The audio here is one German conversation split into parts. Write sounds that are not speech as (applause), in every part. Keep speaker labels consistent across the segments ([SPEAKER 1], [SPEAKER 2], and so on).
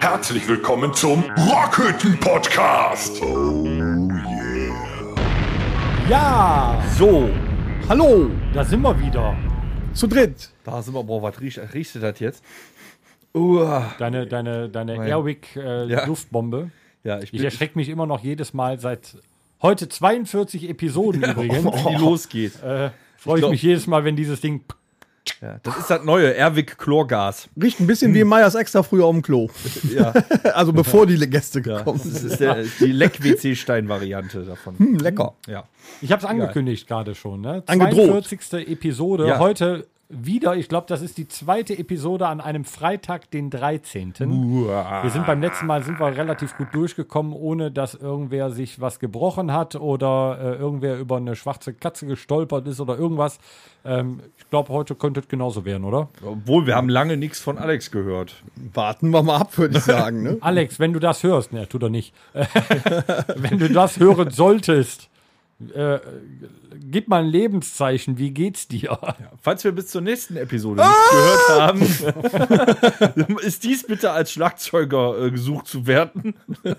[SPEAKER 1] Herzlich willkommen zum Rockhütten Podcast. Oh yeah.
[SPEAKER 2] Ja,
[SPEAKER 3] So,
[SPEAKER 2] hallo, da sind wir wieder. Zu dritt.
[SPEAKER 3] da sind wir. Boah, was riecht, riechst du das jetzt? Uah.
[SPEAKER 2] Deine, deine, deine
[SPEAKER 3] Nein. Ja.
[SPEAKER 2] Airwick-Luftbombe.
[SPEAKER 3] Ja, ich
[SPEAKER 2] ich
[SPEAKER 3] bin
[SPEAKER 2] erschrecke mich immer noch jedes Mal seit heute 42
[SPEAKER 3] (laughs)
[SPEAKER 2] Episoden übrigens.
[SPEAKER 3] wenn die losgeht.
[SPEAKER 2] Äh, Freue ich,
[SPEAKER 3] Oh. glaub-
[SPEAKER 2] mich jedes Mal, wenn dieses Ding.
[SPEAKER 3] Ja, das ist das neue Erwig Chlorgas.
[SPEAKER 4] Riecht ein bisschen wie Meyers extra früher auf dem Klo.
[SPEAKER 3] Ja,
[SPEAKER 4] (laughs) Also bevor die Gäste gekommen
[SPEAKER 3] das
[SPEAKER 4] sind.
[SPEAKER 2] (laughs)
[SPEAKER 3] ist der, die Leck-WC-Stein-Variante davon.
[SPEAKER 4] Hm, lecker.
[SPEAKER 3] Ja.
[SPEAKER 2] Ich habe es angekündigt gerade schon. Ne?
[SPEAKER 4] Angedroht.
[SPEAKER 2] 42. Episode.
[SPEAKER 3] Ja.
[SPEAKER 2] Heute wieder. Ich glaube, das ist die zweite Episode an einem Freitag, den 13. Wir sind beim letzten Mal sind wir relativ gut durchgekommen, ohne dass irgendwer sich was gebrochen hat oder äh, irgendwer über eine schwarze Katze gestolpert ist oder irgendwas. Ähm, ich glaube, heute könnte es genauso werden, oder?
[SPEAKER 3] Obwohl, wir haben lange nichts von Alex gehört.
[SPEAKER 4] Warten wir mal ab, würde ich sagen. Ne?
[SPEAKER 2] Alex, wenn du das hörst, ne, tu doch nicht. (laughs) wenn du das hören solltest, äh, gib mal ein Lebenszeichen. Wie geht's dir?
[SPEAKER 3] Falls wir bis zur nächsten Episode nichts gehört haben, (laughs) ist dies bitte als Schlagzeuger äh, gesucht zu werden.
[SPEAKER 4] Was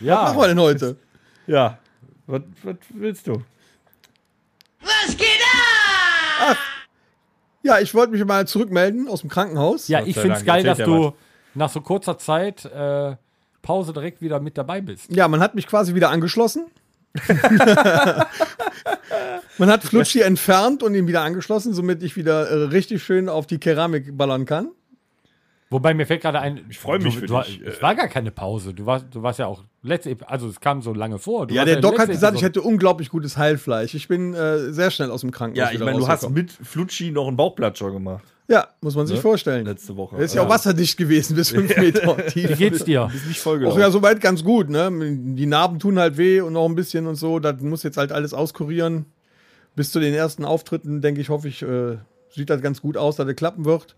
[SPEAKER 4] machen wir denn heute?
[SPEAKER 3] Ja. Was, was willst du?
[SPEAKER 4] Ja, ich wollte mich mal zurückmelden aus dem Krankenhaus.
[SPEAKER 2] Ja,
[SPEAKER 3] Gott
[SPEAKER 2] ich
[SPEAKER 3] sei
[SPEAKER 2] find's
[SPEAKER 3] Dank,
[SPEAKER 2] geil, dass
[SPEAKER 3] erzählt ja
[SPEAKER 2] du nach so kurzer Zeit äh, Pause direkt wieder mit dabei bist.
[SPEAKER 4] Ja, man hat mich quasi wieder angeschlossen. (laughs) man hat Flutschi entfernt und ihn wieder angeschlossen, somit ich wieder äh, richtig schön auf die Keramik ballern kann.
[SPEAKER 2] Wobei mir fällt gerade ein, ich
[SPEAKER 3] freu mich
[SPEAKER 2] du,
[SPEAKER 3] für
[SPEAKER 2] du, war-
[SPEAKER 3] dich.
[SPEAKER 2] Es war gar keine Pause. Du warst, du warst ja auch letzte, Ep- also es kam so lange vor. Du
[SPEAKER 4] Ja,
[SPEAKER 2] warst
[SPEAKER 4] der Doc hat
[SPEAKER 2] letzte
[SPEAKER 4] gesagt, ich
[SPEAKER 2] Episode-
[SPEAKER 4] hätte unglaublich gutes Heilfleisch. Ich bin äh, sehr schnell aus dem Krankenhaus.
[SPEAKER 3] Ja, ich
[SPEAKER 4] wieder
[SPEAKER 3] meine, du hast
[SPEAKER 4] rausgekommen.
[SPEAKER 3] mit Flutschi noch einen Bauchplatscher gemacht.
[SPEAKER 4] Ja, muss man sich vorstellen.
[SPEAKER 3] letzte Woche. Also,
[SPEAKER 4] Er ist ja auch wasserdicht gewesen bis fünf Meter tief.
[SPEAKER 2] Wie geht's dir?
[SPEAKER 3] Ist nicht voll
[SPEAKER 4] Auch ja, soweit ganz gut, ne? Die Narben tun halt weh und noch ein bisschen und so. Das muss jetzt halt alles auskurieren. Bis zu den ersten Auftritten, denke ich, hoffe ich, äh, sieht das ganz gut aus, dass das klappen wird.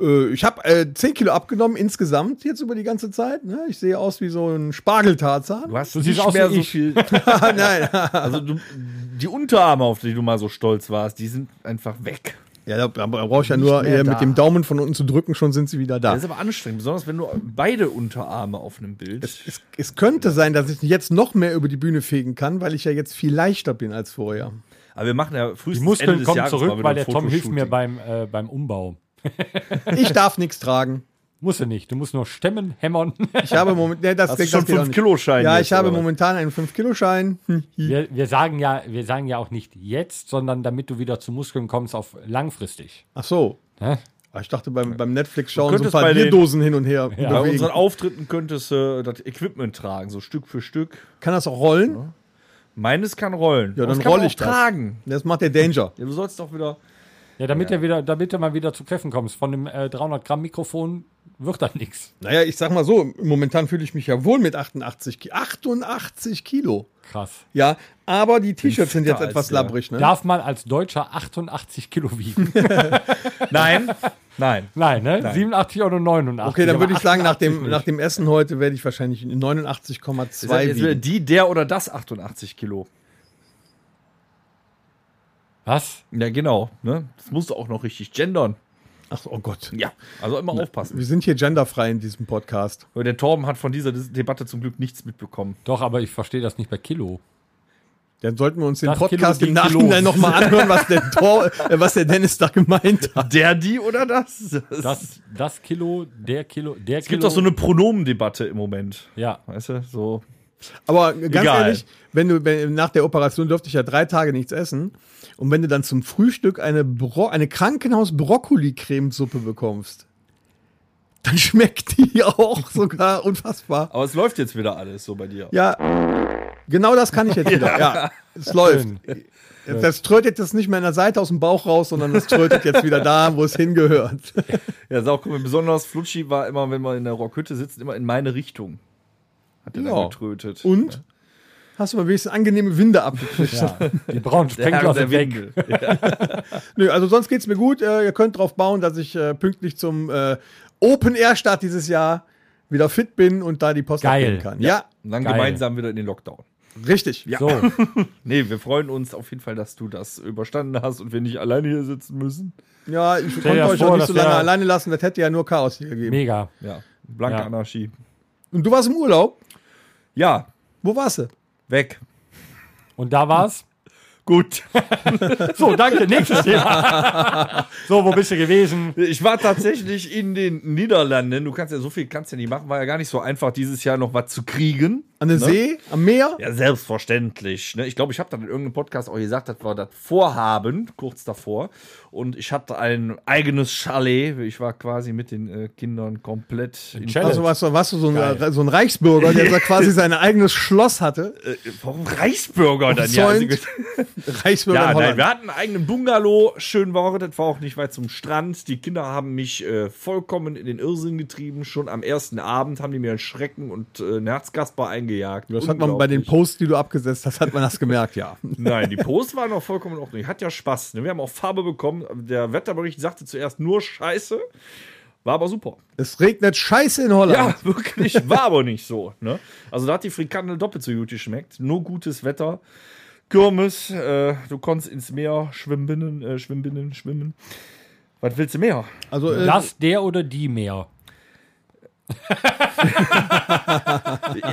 [SPEAKER 4] Äh, ich habe äh, 10 Kilo abgenommen insgesamt jetzt über die ganze Zeit. Ne? Ich sehe aus wie so ein Spargeltarzan.
[SPEAKER 3] Du hast
[SPEAKER 2] Du siehst
[SPEAKER 3] nicht
[SPEAKER 2] aus wie
[SPEAKER 3] mehr so
[SPEAKER 2] ich.
[SPEAKER 3] viel. (laughs)
[SPEAKER 4] Ah, (laughs) Nein.
[SPEAKER 3] Also du, die Unterarme, auf die du mal so stolz warst, die sind einfach weg.
[SPEAKER 4] ja, da, da brauche ich ja nur
[SPEAKER 3] mehr
[SPEAKER 4] äh,
[SPEAKER 3] da.
[SPEAKER 4] mit dem Daumen von unten zu drücken, schon sind sie wieder da.
[SPEAKER 3] Das ist aber anstrengend, besonders wenn du beide Unterarme auf einem Bild.
[SPEAKER 4] Es, es könnte sein, dass ich jetzt noch mehr über die Bühne fegen kann, weil ich ja jetzt viel leichter bin als vorher.
[SPEAKER 3] aber wir machen ja frühestens
[SPEAKER 2] Die Muskeln kommen
[SPEAKER 3] mal
[SPEAKER 2] zurück,
[SPEAKER 3] wieder
[SPEAKER 2] weil
[SPEAKER 3] ein
[SPEAKER 2] der Tom hilft mir
[SPEAKER 3] Fotoshooting.
[SPEAKER 2] beim, äh, beim Umbau.
[SPEAKER 4] Ich darf nichts tragen.
[SPEAKER 2] Musst du nicht. Du musst nur stemmen, hämmern.
[SPEAKER 4] Ich habe momentan. Nee, das,
[SPEAKER 3] Hast du
[SPEAKER 4] das
[SPEAKER 3] schon
[SPEAKER 4] geht auch nicht.
[SPEAKER 3] 5-Kilo-Schein
[SPEAKER 4] Ja,
[SPEAKER 3] jetzt,
[SPEAKER 4] ich habe
[SPEAKER 3] oder was?
[SPEAKER 4] momentan einen 5-Kilo-Schein. Hm, hi.
[SPEAKER 2] wir, wir, sagen ja, wir sagen ja auch nicht jetzt, sondern damit du wieder zu Muskeln kommst, auf langfristig.
[SPEAKER 4] Ach so.
[SPEAKER 2] Hä?
[SPEAKER 4] Ah, Ich dachte beim, beim Netflix-Schauen so ein
[SPEAKER 3] könntest
[SPEAKER 4] paar
[SPEAKER 3] bei den-
[SPEAKER 4] Bierdosen hin und her.
[SPEAKER 3] Bei
[SPEAKER 4] bewegen.
[SPEAKER 3] unseren Auftritten könntest du äh, das Equipment tragen, so Stück für Stück.
[SPEAKER 4] Kann das auch rollen?
[SPEAKER 3] Meines kann rollen.
[SPEAKER 4] Ja,
[SPEAKER 3] Aber das
[SPEAKER 4] dann
[SPEAKER 3] kann man
[SPEAKER 4] roll
[SPEAKER 3] auch
[SPEAKER 4] ich das.
[SPEAKER 3] tragen.
[SPEAKER 4] Das macht der Danger.
[SPEAKER 3] Ja, du sollst doch wieder.
[SPEAKER 2] Ja, damit, Er wieder, damit du mal wieder zu Kräften kommst. Von dem äh, 300 Gramm Mikrofon wird das nichts.
[SPEAKER 4] Naja, ich sag mal so, momentan fühle ich mich ja wohl mit 88 Ki 88 Kilo.
[SPEAKER 2] Krass.
[SPEAKER 4] Ja, aber die T-Shirts sind jetzt
[SPEAKER 3] fitter als
[SPEAKER 4] etwas
[SPEAKER 3] der.
[SPEAKER 4] labbrig, ne?
[SPEAKER 2] Darf man als Deutscher 88 Kilo
[SPEAKER 3] (laughs)
[SPEAKER 2] wiegen?
[SPEAKER 3] Nein, nein.
[SPEAKER 2] Nein, ne? 87 oder 89.
[SPEAKER 4] Okay, dann würde ich
[SPEAKER 2] Aber
[SPEAKER 4] sagen, nach dem, nach dem Essen heute werde ich wahrscheinlich 89,2
[SPEAKER 3] Zwei jetzt wieder
[SPEAKER 4] wiegen.
[SPEAKER 3] die, der oder das 88 Kilo.
[SPEAKER 2] Was?
[SPEAKER 3] Ja, genau. Ne? Das musst du auch noch richtig gendern.
[SPEAKER 4] Ach, oh Gott.
[SPEAKER 3] Ja, also immer aufpassen.
[SPEAKER 4] Wir sind hier genderfrei in diesem Podcast.
[SPEAKER 3] Aber der Torben hat von dieser Dis- Debatte zum Glück nichts mitbekommen.
[SPEAKER 2] Doch, aber ich verstehe das nicht bei Kilo.
[SPEAKER 4] Dann sollten wir uns den
[SPEAKER 2] Das
[SPEAKER 4] Podcast
[SPEAKER 2] Kilo
[SPEAKER 4] im
[SPEAKER 2] gegen Kilo.
[SPEAKER 4] Nachhinein nochmal anhören, was der, Tor, äh, was der Dennis da gemeint hat.
[SPEAKER 3] Der, die oder das?
[SPEAKER 2] Das, das Kilo, der Kilo, der
[SPEAKER 3] es
[SPEAKER 2] Kilo.
[SPEAKER 3] gibt doch so eine Pronomendebatte im Moment. (laughs)
[SPEAKER 2] Ja.
[SPEAKER 3] Weißt du, so.
[SPEAKER 4] Aber ganz
[SPEAKER 3] Egal.
[SPEAKER 4] ehrlich, wenn du wenn, nach der Operation durfte ich ja drei Tage nichts essen. Und wenn du dann zum Frühstück eine, Bro eine Krankenhaus-Brokkoli-Cremesuppe bekommst, dann schmeckt die (laughs) auch sogar unfassbar.
[SPEAKER 3] Aber es läuft jetzt wieder alles so bei dir.
[SPEAKER 4] Ja, genau das kann ich jetzt wieder. Ja, es läuft. Jetzt- Das trötet jetzt nicht mehr an der Seite aus dem Bauch raus, sondern das trötet jetzt wieder da, wo es hingehört.
[SPEAKER 3] Ja, sag mal, besonders Flutschi war immer, wenn wir in der Rockhütte sitzen, immer in meine Richtung. Hat er
[SPEAKER 4] Ja.
[SPEAKER 3] dann getrötet.
[SPEAKER 4] Und? Hast du mal wenigstens angenehme Winde abgekriegt?
[SPEAKER 2] Ja, die braunen
[SPEAKER 3] Der
[SPEAKER 2] Spenkler
[SPEAKER 3] Herr der
[SPEAKER 2] sind weg.
[SPEAKER 3] (laughs) Winde.
[SPEAKER 4] Nö, also sonst geht's mir gut. Äh, ihr könnt drauf bauen, dass ich äh, pünktlich zum äh, Open Air Start dieses Jahr wieder fit bin und da die Post
[SPEAKER 2] Geil.
[SPEAKER 4] abgeben kann. Ja.
[SPEAKER 3] Und dann
[SPEAKER 2] Geil.
[SPEAKER 3] gemeinsam wieder in den Lockdown.
[SPEAKER 4] Richtig.
[SPEAKER 3] Ja.
[SPEAKER 2] So,
[SPEAKER 3] (laughs) Nee, wir freuen uns auf jeden Fall, dass du das überstanden hast und wir nicht alleine hier sitzen müssen.
[SPEAKER 4] Ja, ich
[SPEAKER 2] dir
[SPEAKER 4] konnte euch
[SPEAKER 2] vor,
[SPEAKER 4] auch nicht
[SPEAKER 2] das
[SPEAKER 4] so lange
[SPEAKER 2] wär-
[SPEAKER 4] alleine lassen, das hätte ja nur Chaos hier gegeben.
[SPEAKER 2] mega.
[SPEAKER 3] Ja, blanke
[SPEAKER 2] Ja.
[SPEAKER 3] Anarchie.
[SPEAKER 4] Und du warst im Urlaub?
[SPEAKER 3] Ja,
[SPEAKER 4] Wo warst du?
[SPEAKER 3] weg.
[SPEAKER 2] Und da
[SPEAKER 3] (laughs)
[SPEAKER 2] war's.
[SPEAKER 3] Gut.
[SPEAKER 2] So, danke. Nächstes Thema. (laughs) So, wo bist du gewesen?
[SPEAKER 3] Ich war tatsächlich in den Niederlanden. Du kannst ja so viel kannst ja nicht machen, war ja gar nicht so einfach, dieses Jahr noch was zu kriegen.
[SPEAKER 4] An
[SPEAKER 2] Ne?
[SPEAKER 4] der See? Am Meer?
[SPEAKER 3] Ja, selbstverständlich. Ne? Ich glaube, ich habe dann in irgendeinem Podcast auch gesagt, dass wir das vorhaben, kurz davor. Und ich hatte ein eigenes Chalet. Ich war quasi mit den äh, Kindern komplett in
[SPEAKER 2] Chalet.
[SPEAKER 4] Also warst du, warst du so,
[SPEAKER 2] Geil.
[SPEAKER 4] ein, so ein
[SPEAKER 3] (laughs)
[SPEAKER 4] Reichsbürger, der so quasi sein eigenes Schloss hatte?
[SPEAKER 3] äh, warum Reichsbürger dann ja. Also,
[SPEAKER 4] Zäunt. Reichsbürger
[SPEAKER 3] Ja,
[SPEAKER 4] in
[SPEAKER 3] nein,
[SPEAKER 4] Holland.
[SPEAKER 3] wir hatten einen eigenen Bungalow, schön war, das war auch nicht weit zum Strand. Die Kinder haben mich äh, vollkommen in den Irrsinn getrieben. Schon am ersten Abend haben die mir einen Schrecken und äh, einen Herzkasper eingejagt.
[SPEAKER 4] das hat man bei den
[SPEAKER 3] Unglaublich.
[SPEAKER 4] Posts, die du abgesetzt hast, hat man das gemerkt, ja.
[SPEAKER 3] Nein, die Post waren auch vollkommen in Ordnung. Hat ja Spaß. Ne? Wir haben auch Farbe bekommen. Der Wetterbericht sagte zuerst nur Scheiße. War aber super.
[SPEAKER 4] Es regnet scheiße in Holland.
[SPEAKER 3] Ja, (laughs) wirklich. War aber nicht so. Ne? Also da hat die Frikandel doppelt so gut geschmeckt. Nur gutes Wetter. Kirmes, äh, du konntest ins Meer schwimmen, äh, schwimmen, schwimmen. Was willst du mehr?
[SPEAKER 4] Also, äh,
[SPEAKER 2] Das, der oder die mehr?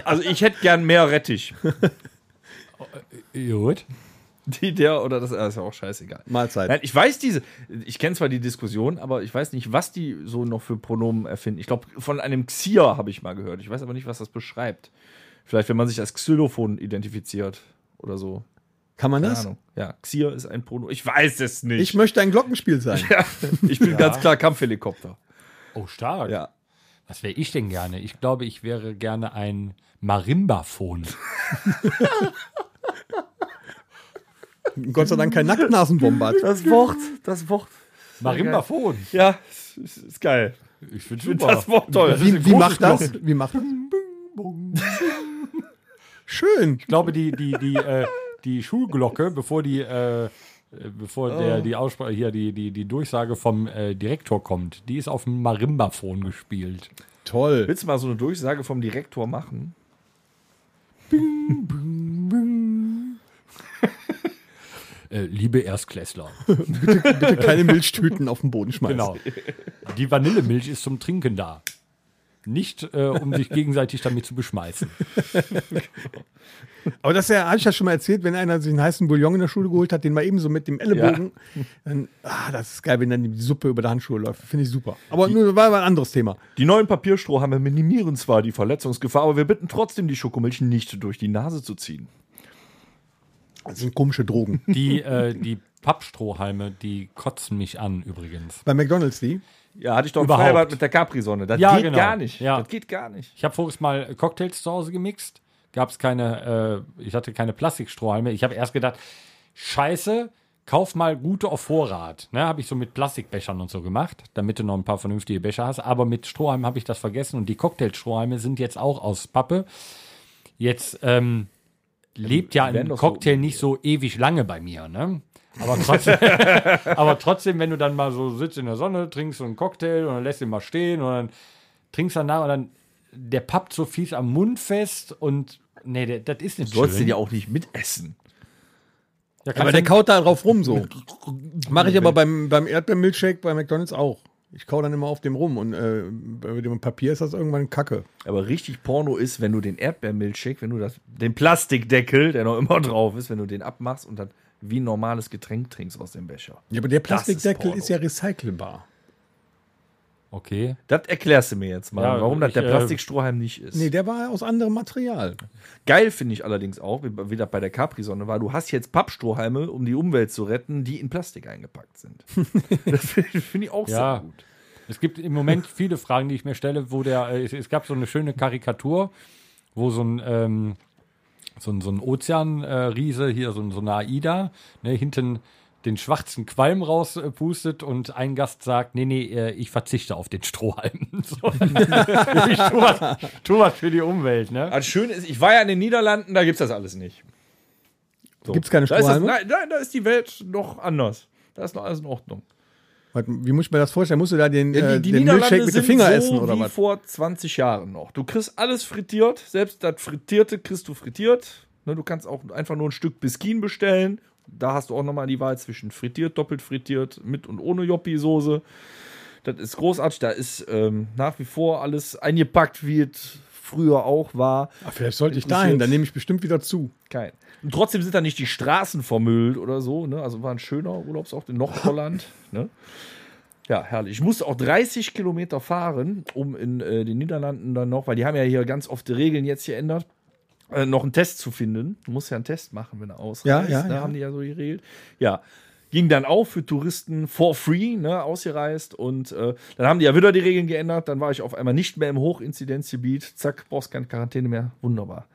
[SPEAKER 3] Also ich hätte gern mehr Rettich.
[SPEAKER 2] Gut.
[SPEAKER 3] Die, der oder das, ah, ist ja auch scheißegal.
[SPEAKER 4] Mahlzeit.
[SPEAKER 3] Nein, ich weiß diese, ich kenne zwar die Diskussion, aber ich weiß nicht, was die so noch für Pronomen erfinden. Ich glaube, von einem Xier habe ich mal gehört. Ich weiß aber nicht, was das beschreibt. Vielleicht, wenn man sich als Xylophon identifiziert oder so.
[SPEAKER 4] kann man
[SPEAKER 3] Keine
[SPEAKER 4] das?
[SPEAKER 3] Ahnung. Ja, Xier ist ein Pronomen. Ich weiß es (laughs)
[SPEAKER 4] Ich
[SPEAKER 3] nicht.
[SPEAKER 4] möchte ein Glockenspiel
[SPEAKER 3] (laughs)
[SPEAKER 4] sein.
[SPEAKER 3] Ich bin ganz klar Kampfhelikopter.
[SPEAKER 2] Oh, stark.
[SPEAKER 3] Ja.
[SPEAKER 2] Was wäre ich denn gerne? Ich glaube, ich wäre gerne ein Marimbaphon.
[SPEAKER 3] (laughs)
[SPEAKER 4] Gott sei Dank kein Nacktnasenbombard.
[SPEAKER 3] Das Wort, das Wort.
[SPEAKER 2] Marimbaphon.
[SPEAKER 3] Ja, ist, ist geil.
[SPEAKER 2] Ich finde
[SPEAKER 3] Ich finde das Wort toll. Das ist ein
[SPEAKER 4] Wie, wie
[SPEAKER 3] großes
[SPEAKER 4] macht das?
[SPEAKER 3] Wort.
[SPEAKER 4] Wie macht das? Schön.
[SPEAKER 2] Ich glaube, die, die, die, äh, die Schulglocke, bevor die, äh, äh, bevor der, die Aussprache, hier, die, die, die Durchsage vom äh, Direktor kommt, die ist auf dem Marimbaphon gespielt.
[SPEAKER 4] Toll.
[SPEAKER 3] Willst du mal so eine Durchsage vom Direktor machen?
[SPEAKER 2] Äh, liebe Erstklässler.
[SPEAKER 4] Bitte keine Milchtüten auf den Boden
[SPEAKER 2] (laughs)
[SPEAKER 4] schmeißen.
[SPEAKER 2] Genau. Die Vanillemilch ist zum Trinken da. Nicht, äh, um sich gegenseitig damit zu beschmeißen.
[SPEAKER 4] Aber das ist ja, habe ich ja schon mal erzählt, wenn einer sich einen heißen Bouillon in der Schule geholt hat, den mal eben so mit dem Ellenbogen, dann, ah, das ist geil, wenn dann die Suppe über der Handschuhe läuft. Finde ich super. Aber nur war mal ein anderes Thema.
[SPEAKER 3] Die neuen Papierstrohhalme minimieren zwar die Verletzungsgefahr, aber wir bitten trotzdem, die Schokomilch nicht durch die Nase zu ziehen.
[SPEAKER 4] Das sind komische (laughs) Drogen.
[SPEAKER 2] Die, äh, die Pappstrohhalme, die kotzen mich an übrigens.
[SPEAKER 4] Bei McDonalds die.
[SPEAKER 3] Ja, hatte ich doch im
[SPEAKER 2] Überhaupt.
[SPEAKER 3] Freibad mit der Capri-Sonne. Das
[SPEAKER 2] Ja,
[SPEAKER 3] geht
[SPEAKER 2] genau.
[SPEAKER 3] gar nicht.
[SPEAKER 2] Ja.
[SPEAKER 3] Das geht gar nicht.
[SPEAKER 2] Ich habe voriges Mal Cocktails zu Hause gemixt. Gab es keine, äh, ich hatte keine Plastikstrohhalme. Ich habe erst gedacht, scheiße, kauf mal gute auf Vorrat. Ne, habe ich so mit Plastikbechern und so gemacht, damit du noch ein paar vernünftige Becher hast. Aber mit Strohhalmen habe ich das vergessen und die Cocktailstrohhalme sind jetzt auch aus Pappe. Jetzt ähm, lebt ja
[SPEAKER 3] werden
[SPEAKER 2] ein
[SPEAKER 3] doch so-
[SPEAKER 2] Cocktail nicht so ewig lange bei mir, ne? Aber trotzdem, (laughs) aber trotzdem, wenn du dann mal so sitzt in der Sonne, trinkst so einen Cocktail und dann lässt ihn mal stehen und dann trinkst danach und dann der pappt so fies am Mund fest und nee, der, das ist nicht
[SPEAKER 3] Du sollst den
[SPEAKER 2] schön.
[SPEAKER 3] ja auch nicht mitessen.
[SPEAKER 2] Ja, kannst
[SPEAKER 4] Aber der kaut da drauf rum so. Mache ich aber beim, beim Erdbeermilchshake bei McDonalds auch. Ich kau dann immer auf dem rum und äh, mit dem Papier ist das irgendwann Kacke.
[SPEAKER 3] Aber richtig Porno ist, wenn du den Erdbeermilchshake, wenn du das, den Plastikdeckel, der noch immer drauf ist, wenn du den abmachst und dann wie ein normales Getränk trinkst aus dem Becher.
[SPEAKER 4] Ja, aber
[SPEAKER 3] Das
[SPEAKER 4] der
[SPEAKER 3] ist
[SPEAKER 4] Plastikdeckel
[SPEAKER 3] Porno.
[SPEAKER 4] ist, ja recycelbar.
[SPEAKER 2] okay.
[SPEAKER 3] Das erklärst du mir jetzt mal,
[SPEAKER 2] Ja,
[SPEAKER 3] warum das
[SPEAKER 2] ich,
[SPEAKER 3] der
[SPEAKER 2] äh,
[SPEAKER 3] Plastikstrohhalm nicht ist.
[SPEAKER 4] Nee, der war aus anderem Material.
[SPEAKER 3] Geil finde ich allerdings auch, wie wie das bei der Capri-Sonne war, du hast jetzt Pappstrohhalme, um die Umwelt zu retten, die in Plastik eingepackt
[SPEAKER 4] (laughs)
[SPEAKER 3] sind. das finde find ich auch
[SPEAKER 2] Ja.
[SPEAKER 3] sehr gut.
[SPEAKER 2] Es gibt im Moment viele Fragen, die ich mir stelle, wo der, äh, es, es gab so eine schöne Karikatur, wo so ein, ähm, so ein, so ein Ozeanriese, hier so, ein- so eine AIDA, ne, hinten den schwarzen Qualm rauspustet und ein Gast sagt, nee, nee, äh, ich verzichte auf den Strohhalm. (laughs) So. ich tu was, ich tu was für die Umwelt, ne?
[SPEAKER 3] Das Schöne ist, ich war ja in den Niederlanden, da gibt's das alles nicht. So.
[SPEAKER 4] Gibt's keine
[SPEAKER 3] da ist das,
[SPEAKER 4] Strohhalme?
[SPEAKER 3] nein, nein, da ist die Welt noch anders. Da ist noch alles in Ordnung.
[SPEAKER 4] Warte, Wie muss ich mir das vorstellen? Musst du da den,
[SPEAKER 3] Ja,
[SPEAKER 4] äh, den Milchshake mit dem Finger
[SPEAKER 3] so
[SPEAKER 4] essen oder
[SPEAKER 3] wie
[SPEAKER 4] was?
[SPEAKER 3] vor 20 Jahren noch. Du kriegst alles frittiert, selbst das Frittierte kriegst du frittiert. Ne, du kannst auch einfach nur ein Stück Biskin bestellen. Da hast du auch nochmal die Wahl zwischen frittiert, doppelt frittiert, mit und ohne Joppi-Soße. Das ist großartig. Da ist ähm, nach wie vor alles eingepackt, wie es früher auch war.
[SPEAKER 4] Ah, vielleicht sollte ich
[SPEAKER 3] Interessiert.
[SPEAKER 4] dahin, dann nehme ich bestimmt wieder zu.
[SPEAKER 3] Kein. Und trotzdem sind da nicht die Straßen vermüllt oder so. Ne? Also war ein schöner Urlaubsort in Nordholland.
[SPEAKER 4] (laughs)
[SPEAKER 3] ne? Ja, herrlich. Ich musste auch 30 Kilometer fahren, um in äh, den Niederlanden dann noch, weil die haben ja hier ganz oft die Regeln jetzt geändert, äh, noch einen Test zu finden. Du musst ja einen Test machen, wenn du ausreist.
[SPEAKER 4] Ja, ja,
[SPEAKER 3] ne?
[SPEAKER 4] ja.
[SPEAKER 3] Haben die ja so geregelt. Ja. Ging dann auch für Touristen for free, ne, ausgereist. Und äh, dann haben die ja wieder die Regeln geändert. Dann war ich auf einmal nicht mehr im Hochinzidenzgebiet. Zack, brauchst keine Quarantäne mehr. Wunderbar.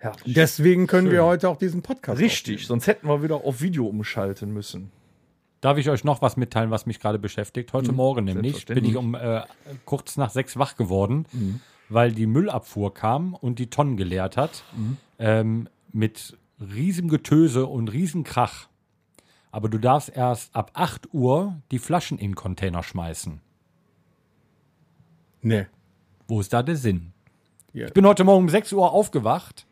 [SPEAKER 3] Herrlich.
[SPEAKER 4] Deswegen können
[SPEAKER 3] Schön.
[SPEAKER 4] wir heute auch diesen Podcast.
[SPEAKER 3] Richtig, sonst hätten wir wieder auf Video umschalten müssen.
[SPEAKER 2] Darf ich euch noch was mitteilen, was mich gerade beschäftigt?
[SPEAKER 4] Mhm.
[SPEAKER 2] Heute Morgen nämlich bin
[SPEAKER 3] selbstverständlich.
[SPEAKER 2] ich um äh, kurz nach sechs wach geworden,
[SPEAKER 4] Mhm.
[SPEAKER 2] weil die Müllabfuhr kam und die Tonnen geleert hat.
[SPEAKER 4] Mhm.
[SPEAKER 2] Ähm, mit riesigem Getöse und Riesenkrach. Aber du darfst erst ab 8 Uhr die Flaschen in den Container schmeißen.
[SPEAKER 4] aufnehmen. Nee.
[SPEAKER 2] Wo ist da der Sinn?
[SPEAKER 4] Ja.
[SPEAKER 2] Ich bin heute Morgen um 6 Uhr aufgewacht,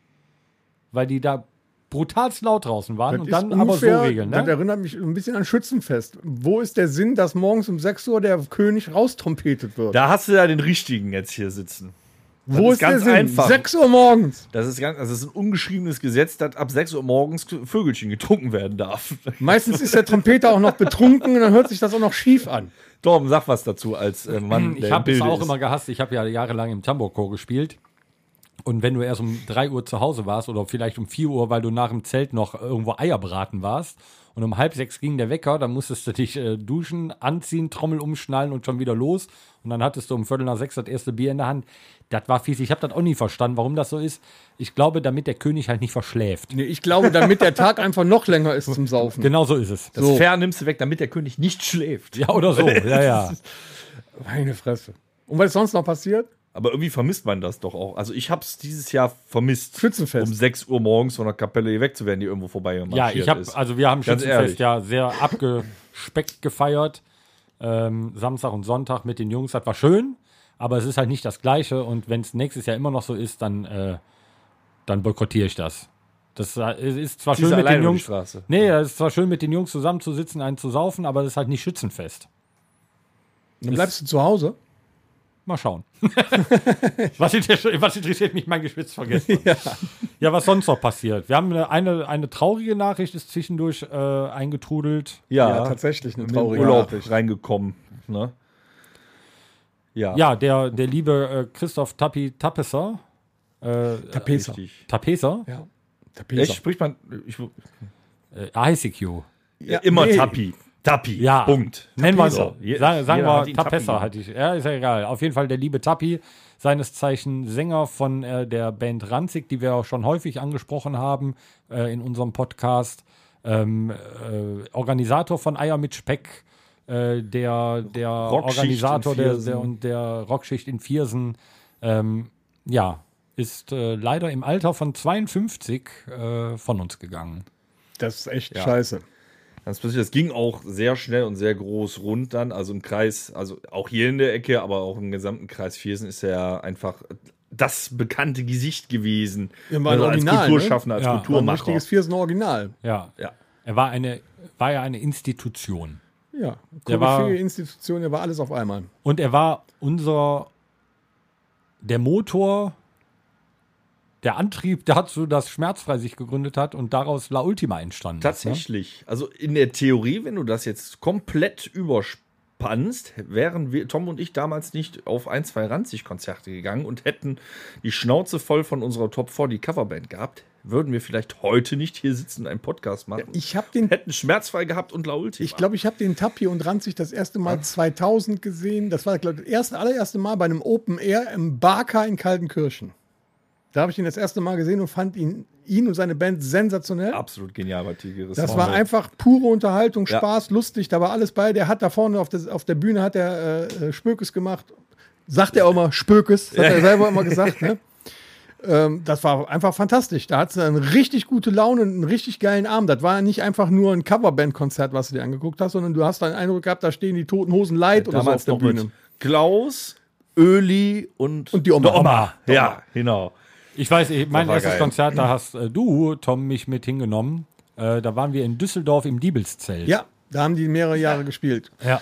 [SPEAKER 2] weil die da brutalst laut draußen waren
[SPEAKER 4] Das
[SPEAKER 2] und
[SPEAKER 4] ist
[SPEAKER 2] dann aber so
[SPEAKER 4] ungefähr-
[SPEAKER 2] regeln.
[SPEAKER 4] Das
[SPEAKER 2] Ne?
[SPEAKER 4] erinnert mich ein bisschen an Schützenfest. Wo ist der Sinn, dass morgens um 6 Uhr der König raustrompetet wird?
[SPEAKER 3] Da hast du ja den richtigen jetzt hier sitzen.
[SPEAKER 4] Wo
[SPEAKER 3] ist
[SPEAKER 4] ist der
[SPEAKER 3] ganz
[SPEAKER 4] Sinn?
[SPEAKER 3] einfach.
[SPEAKER 4] 6 Uhr morgens.
[SPEAKER 3] Das ist ganz, also das ist ein ungeschriebenes Gesetz, dass ab 6 Uhr morgens Vögelchen getrunken werden darf. (laughs)
[SPEAKER 4] Meistens ist der Trompeter auch noch betrunken und dann hört sich das auch noch schief an.
[SPEAKER 3] Torben, sag was dazu als äh, Mann.
[SPEAKER 2] Ich
[SPEAKER 3] der im
[SPEAKER 2] habe es
[SPEAKER 3] Bilde
[SPEAKER 2] auch
[SPEAKER 3] ist.
[SPEAKER 2] immer gehasst. Ich habe ja jahrelang im Tambourchor gespielt. Und wenn du erst um 3 Uhr zu Hause warst oder vielleicht um 4 Uhr, weil du nach dem Zelt noch irgendwo Eier braten warst und um halb sechs ging der Wecker, dann musstest du dich äh, duschen, anziehen, Trommel umschnallen und schon wieder los. Und dann hattest du um Viertel nach sechs das erste Bier in der Hand. Das war fies. Ich habe das auch nie verstanden, warum das so ist. Ich glaube, damit der König halt nicht verschläft.
[SPEAKER 4] Nee, ich glaube, damit der Tag einfach noch länger ist zum Saufen.
[SPEAKER 2] Genau so ist es.
[SPEAKER 3] Das
[SPEAKER 4] so.
[SPEAKER 3] Pferd nimmst du weg, damit der König nicht schläft.
[SPEAKER 2] Ja,
[SPEAKER 3] (laughs)
[SPEAKER 2] oder so. Ja, ja.
[SPEAKER 4] Meine Fresse. Und was ist sonst noch passiert?
[SPEAKER 3] Aber irgendwie vermisst man das doch auch. Also ich hab's dieses Jahr vermisst.
[SPEAKER 4] Schützenfest.
[SPEAKER 3] Um 6 Uhr morgens von der Kapelle hier wegzuwerden, die irgendwo vorbei
[SPEAKER 2] Ja, ich habe, also wir haben
[SPEAKER 3] Ganz ehrlich.
[SPEAKER 2] Schützenfest ja sehr abgespeckt gefeiert. Ähm, Samstag und Sonntag mit den Jungs, das war schön, aber es ist halt nicht das Gleiche. Und wenn es nächstes Jahr immer noch so ist, dann, äh, dann boykottiere ich das. Das äh, ist zwar
[SPEAKER 3] Ziehst
[SPEAKER 2] schön
[SPEAKER 3] du
[SPEAKER 2] mit
[SPEAKER 3] alleine
[SPEAKER 2] den
[SPEAKER 3] über die
[SPEAKER 2] Jungs.
[SPEAKER 3] Straße.
[SPEAKER 2] Nee, es ist zwar schön mit den Jungs zusammenzusitzen, einen zu saufen, aber das ist halt nicht Schützenfest.
[SPEAKER 4] Dann bleibst du zu Hause.
[SPEAKER 2] Mal
[SPEAKER 3] (laughs)
[SPEAKER 2] schauen. was, interessiert, was interessiert mich mein Geschwitz vergessen? Ja. ja, was sonst noch passiert? Wir haben eine, eine, eine traurige Nachricht ist zwischendurch äh, eingetrudelt.
[SPEAKER 3] ja,
[SPEAKER 4] tatsächlich eine
[SPEAKER 3] im
[SPEAKER 4] traurige
[SPEAKER 3] Urlaub
[SPEAKER 4] Nachricht.
[SPEAKER 3] reingekommen. Ne? Ja,
[SPEAKER 2] Ja, der, der liebe äh, Christoph Tapi Tapeser. Äh,
[SPEAKER 4] Tapeser.
[SPEAKER 3] richtig.
[SPEAKER 2] Tapeser?
[SPEAKER 4] Ja.
[SPEAKER 3] Echt
[SPEAKER 4] Tapeser.
[SPEAKER 3] spricht man ich,
[SPEAKER 2] Äh, ICQ.
[SPEAKER 4] Ja,
[SPEAKER 3] immer
[SPEAKER 4] nee.
[SPEAKER 3] Tapi. Tapi.
[SPEAKER 2] Ja.
[SPEAKER 3] Punkt.
[SPEAKER 2] Nennen wir es so.
[SPEAKER 3] Tapeser. Je-
[SPEAKER 2] Sagen, sagen
[SPEAKER 3] jeder hat
[SPEAKER 2] wir halt.
[SPEAKER 3] ihn
[SPEAKER 2] Tapeser
[SPEAKER 3] Tapi.
[SPEAKER 2] hatte ich. Ja, ist ja egal. Auf jeden Fall der liebe Tapi, seines Zeichen Sänger von äh, der Band Ranzig, die wir auch schon häufig angesprochen haben äh, in unserem Podcast. Ähm, äh, Organisator von Eier mit Speck. Äh, der der
[SPEAKER 3] Rockschicht
[SPEAKER 2] Organisator
[SPEAKER 3] in
[SPEAKER 2] der,
[SPEAKER 3] Viersen.
[SPEAKER 2] der, und der Rockschicht in Viersen. Ähm, ja, ist äh, leider im Alter von 52 äh, von uns gegangen.
[SPEAKER 4] Das ist echt scheiße.
[SPEAKER 3] Ganz plötzlich, das ging auch sehr schnell und sehr groß rund dann. Also im Kreis, also auch hier in der Ecke, aber auch im gesamten Kreis Viersen ist er ja einfach das bekannte Gesicht gewesen. Also
[SPEAKER 4] Ja, war ein
[SPEAKER 3] als
[SPEAKER 4] Original,
[SPEAKER 3] Kulturschaffender, als
[SPEAKER 2] ne? Ja, war ein
[SPEAKER 4] Ein
[SPEAKER 3] Kulturmacher.
[SPEAKER 4] richtiges Viersen-Original.
[SPEAKER 2] Ja.
[SPEAKER 3] Ja.
[SPEAKER 2] Er war eine, war ja eine Institution.
[SPEAKER 4] Ja.
[SPEAKER 2] Der war-
[SPEAKER 4] Koryphäe Institution, der war alles auf einmal.
[SPEAKER 2] Und er war unser, der Motor, der Antrieb dazu, dass Schmerzfrei sich gegründet hat und daraus La Ultima entstanden ist. ne?
[SPEAKER 3] Tatsächlich. Also in der Theorie, wenn du das jetzt komplett überspannst, wären wir, Tom und ich damals nicht auf ein, zwei Ranzig-Konzerte gegangen und hätten die Schnauze voll von unserer Top 4, die Coverband gehabt, würden wir vielleicht heute nicht hier sitzen und einen Podcast machen.
[SPEAKER 4] Ich habe den
[SPEAKER 3] hätten schmerzfrei gehabt und lault.
[SPEAKER 4] Ich glaube, ich habe den Tapi und Ranzig das erste Mal 2000 gesehen. Das war, glaube ich, das erste, allererste Mal bei einem Open Air im Barker in Kaltenkirchen. Da habe ich ihn das erste Mal gesehen und fand ihn, ihn und seine Band sensationell.
[SPEAKER 3] absolut genial bei Tigris.
[SPEAKER 4] Das war einfach pure Unterhaltung,
[SPEAKER 3] Ja.
[SPEAKER 4] Spaß, lustig, da war alles bei. Der hat da vorne auf, der- auf der Bühne hat er äh, äh, Spökes gemacht. Sagt er auch immer Spökes, das hat er selber immer gesagt. Ne? Ähm, das war einfach fantastisch. Da hat sie eine richtig gute Laune und einen richtig geilen Abend. Das war nicht einfach nur ein Coverband-Konzert, was du dir angeguckt hast, sondern du hast dann den Eindruck gehabt, da stehen die Toten Hosen Leid oder so auf
[SPEAKER 3] damals
[SPEAKER 4] der
[SPEAKER 3] noch mit
[SPEAKER 4] Bühne.
[SPEAKER 3] Klaus, Öli und,
[SPEAKER 4] Und die Oma.
[SPEAKER 3] Der Oma. Ja, genau.
[SPEAKER 2] Ich weiß, ich, mein
[SPEAKER 3] war
[SPEAKER 2] erstes
[SPEAKER 3] geil.
[SPEAKER 2] Konzert, da hast äh, du, Tom, mich mit hingenommen. Äh, da waren wir in Düsseldorf im Diebelszelt.
[SPEAKER 4] Ja, da haben die mehrere Jahre gespielt.
[SPEAKER 2] ja.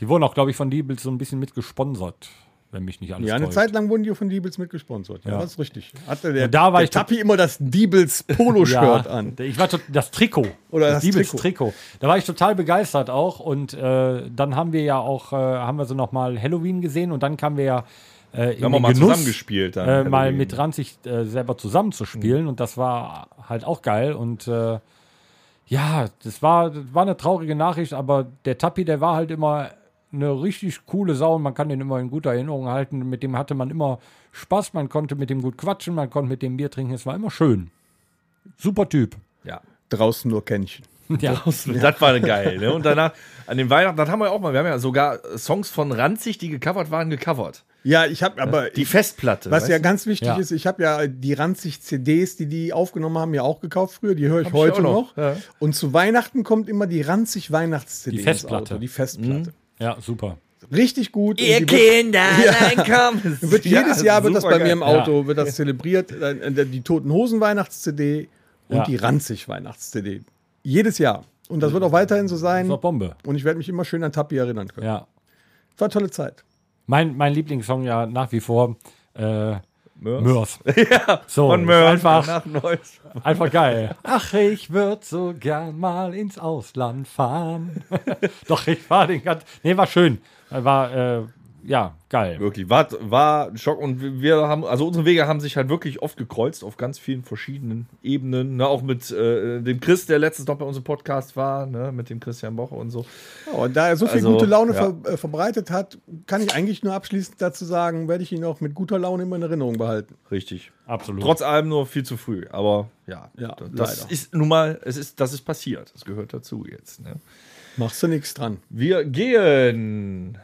[SPEAKER 2] Die wurden auch, glaube ich, von Diebels so ein bisschen mitgesponsert, wenn mich nicht alles
[SPEAKER 4] Ja, eine
[SPEAKER 2] täuscht.
[SPEAKER 4] Zeit lang wurden die von Diebels mitgesponsert. Ja,
[SPEAKER 2] Ja.
[SPEAKER 4] das ist richtig. Hatte der,
[SPEAKER 2] da war
[SPEAKER 4] der
[SPEAKER 2] ich-
[SPEAKER 4] Tappi immer das
[SPEAKER 2] (laughs)
[SPEAKER 4] Diebels Poloshirt an.
[SPEAKER 2] Ich war tot, das Trikot.
[SPEAKER 4] Oder das
[SPEAKER 2] Diebels
[SPEAKER 4] Trikot.
[SPEAKER 2] Trikot. Da war ich total begeistert auch. Und äh, dann haben wir ja auch, äh, haben wir so nochmal Halloween gesehen und dann kamen wir ja äh, in
[SPEAKER 3] haben wir
[SPEAKER 2] den
[SPEAKER 3] mal
[SPEAKER 2] Genuss,
[SPEAKER 3] zusammengespielt dann, Mhm.
[SPEAKER 2] Äh, mal
[SPEAKER 3] Halloween.
[SPEAKER 2] mit Ranzig äh, selber zusammenzuspielen und das war halt auch geil. Und äh, ja, das war, das war eine traurige Nachricht, aber der Tappi, der war halt immer eine richtig coole Sau und man kann den immer in guter Erinnerung halten. Mit dem hatte man immer Spaß, man konnte mit dem gut quatschen, man konnte mit dem Bier trinken, es war immer schön. Super
[SPEAKER 3] (laughs)
[SPEAKER 2] Typ.
[SPEAKER 3] Ja.
[SPEAKER 4] Draußen nur Kännchen.
[SPEAKER 2] Ja.
[SPEAKER 3] Das war geil, ne? Und danach, an den Weihnachten, das haben wir auch mal. Wir haben ja sogar Songs von Ranzig, die gecovert waren, gecovert.
[SPEAKER 4] Ja, ich habe aber.
[SPEAKER 3] Die Festplatte.
[SPEAKER 4] was
[SPEAKER 3] weißt
[SPEAKER 4] ja
[SPEAKER 3] du?
[SPEAKER 4] ganz wichtig
[SPEAKER 2] Ja.
[SPEAKER 4] ist, ich habe ja die ranzig CDs, die die aufgenommen haben, ja auch gekauft früher. Die höre ich
[SPEAKER 3] Hab ich
[SPEAKER 4] heute
[SPEAKER 3] auch noch,
[SPEAKER 4] noch.
[SPEAKER 3] ja.
[SPEAKER 4] Und zu Weihnachten kommt immer die ranzig Weihnachts-CD.
[SPEAKER 2] Die Festplatte. Mhm.
[SPEAKER 4] Die Festplatte.
[SPEAKER 2] ja, super.
[SPEAKER 4] Richtig gut. Und die wird-
[SPEAKER 3] Kinder,
[SPEAKER 4] (laughs)
[SPEAKER 3] nein, komm.
[SPEAKER 4] Wird jedes Jahr wird das bei mir im
[SPEAKER 2] geil.
[SPEAKER 4] Auto wird das zelebriert. Äh, äh, Die Toten Hosen Weihnachts-CD und
[SPEAKER 2] Ja.
[SPEAKER 4] die Ranzig Weihnachts-CD. Jedes Jahr. Und das wird auch weiterhin so sein.
[SPEAKER 2] Das war Bombe.
[SPEAKER 4] Und ich werde mich immer schön an Tappi erinnern können.
[SPEAKER 2] Ja.
[SPEAKER 4] War eine tolle Zeit.
[SPEAKER 2] Mein, mein Lieblingssong ja nach wie vor äh,
[SPEAKER 3] Mörs. (laughs)
[SPEAKER 2] Mörs. So,
[SPEAKER 3] Von
[SPEAKER 2] ist
[SPEAKER 3] Mörs. Genau.
[SPEAKER 2] Einfach,
[SPEAKER 3] Nach Neuss.
[SPEAKER 2] einfach geil. Ach, ich würde so gern mal ins Ausland fahren. (laughs) Doch, ich war den ganzen. Nee, war schön. War, äh, ja, geil.
[SPEAKER 3] Wirklich, war, war ein Schock. Und wir haben, also unsere Wege haben sich halt wirklich oft gekreuzt auf ganz vielen verschiedenen Ebenen. Ne? Auch mit äh, dem Chris, der letztens noch bei unserem Podcast war, ne? mit dem Christian Boche und so.
[SPEAKER 4] Ja, und da er so viel
[SPEAKER 3] Also,
[SPEAKER 4] gute Laune
[SPEAKER 3] ja.
[SPEAKER 4] ver äh, verbreitet hat, kann ich eigentlich nur abschließend dazu sagen, werde ich ihn auch mit guter Laune immer in Erinnerung behalten.
[SPEAKER 3] Richtig.
[SPEAKER 2] Absolut.
[SPEAKER 3] Trotz allem nur viel zu früh. Aber ja,
[SPEAKER 4] Ja,
[SPEAKER 3] das
[SPEAKER 4] leider.
[SPEAKER 3] ist nun mal, es ist, das ist passiert. Das gehört dazu jetzt. Ne?
[SPEAKER 4] Machst du nichts dran.
[SPEAKER 3] Wir gehen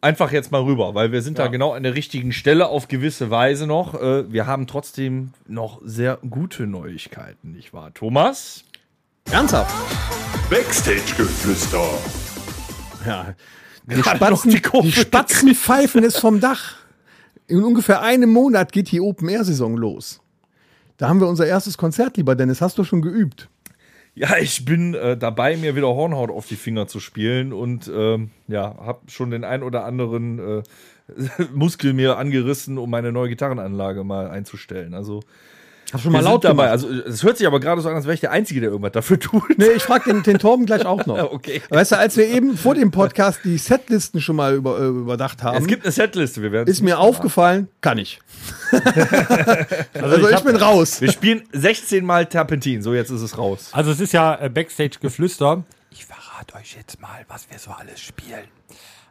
[SPEAKER 3] einfach jetzt mal rüber, weil wir sind da genau an der richtigen Stelle auf gewisse Weise noch. Äh, Wir haben trotzdem noch sehr gute Neuigkeiten, nicht wahr, Thomas?
[SPEAKER 4] Ernsthaft?
[SPEAKER 1] Backstage-Geflüster.
[SPEAKER 4] Ja. Die Spatzen, die,
[SPEAKER 3] Kurve
[SPEAKER 4] Spatzen pfeifen es vom Dach. In ungefähr einem Monat geht die Open-Air-Saison los. Da haben wir unser erstes Konzert, lieber Dennis. Hast du schon geübt?
[SPEAKER 3] Ja, ich bin äh, dabei, mir wieder Hornhaut auf die Finger zu spielen und ähm, ja, habe schon den ein oder anderen äh, (laughs) Muskel mir angerissen, um meine neue Gitarrenanlage mal einzustellen. Also
[SPEAKER 4] Hast schon
[SPEAKER 3] wir sind dabei. Also es hört sich aber gerade so an, als wäre ich der Einzige, der irgendwas dafür tut.
[SPEAKER 4] Nee, ich frage den, den Torben gleich auch (laughs) noch.
[SPEAKER 3] Okay.
[SPEAKER 4] Weißt du, als wir eben vor dem Podcast die Setlisten schon mal über, äh, überdacht haben,
[SPEAKER 3] Es gibt eine Setliste. Wir werden
[SPEAKER 4] ist mir aufgefallen,
[SPEAKER 2] (laughs)
[SPEAKER 4] kann ich. also ich,
[SPEAKER 2] hab-
[SPEAKER 4] bin raus.
[SPEAKER 3] Wir spielen 16 Mal Terpentin. So, jetzt ist es raus.
[SPEAKER 2] Also es ist ja äh, Backstage-Geflüster. Ich verrate euch jetzt mal, was wir so alles spielen.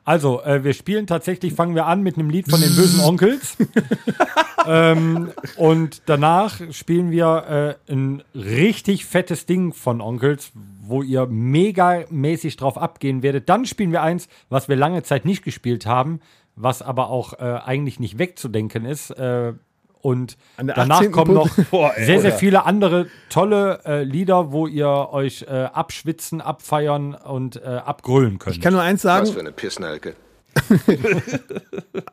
[SPEAKER 2] Also, äh, wir spielen tatsächlich, fangen wir an mit einem Lied von den bösen (laughs) Onkels. ähm, und danach spielen wir äh, ein richtig fettes Ding von Onkels, wo ihr megamäßig drauf abgehen werdet. Dann spielen wir eins, was wir lange Zeit nicht gespielt haben, was aber auch äh, eigentlich nicht wegzudenken ist. Äh, und
[SPEAKER 4] An der
[SPEAKER 2] danach
[SPEAKER 4] 18.
[SPEAKER 2] kommen noch
[SPEAKER 3] Boah, ey,
[SPEAKER 2] sehr, sehr
[SPEAKER 3] oder?
[SPEAKER 2] viele andere tolle äh, Lieder, wo ihr euch äh, abschwitzen, abfeiern und äh, abgrölen könnt.
[SPEAKER 4] Ich kann nur eins
[SPEAKER 5] Was
[SPEAKER 4] sagen,
[SPEAKER 5] für eine Pissnelke.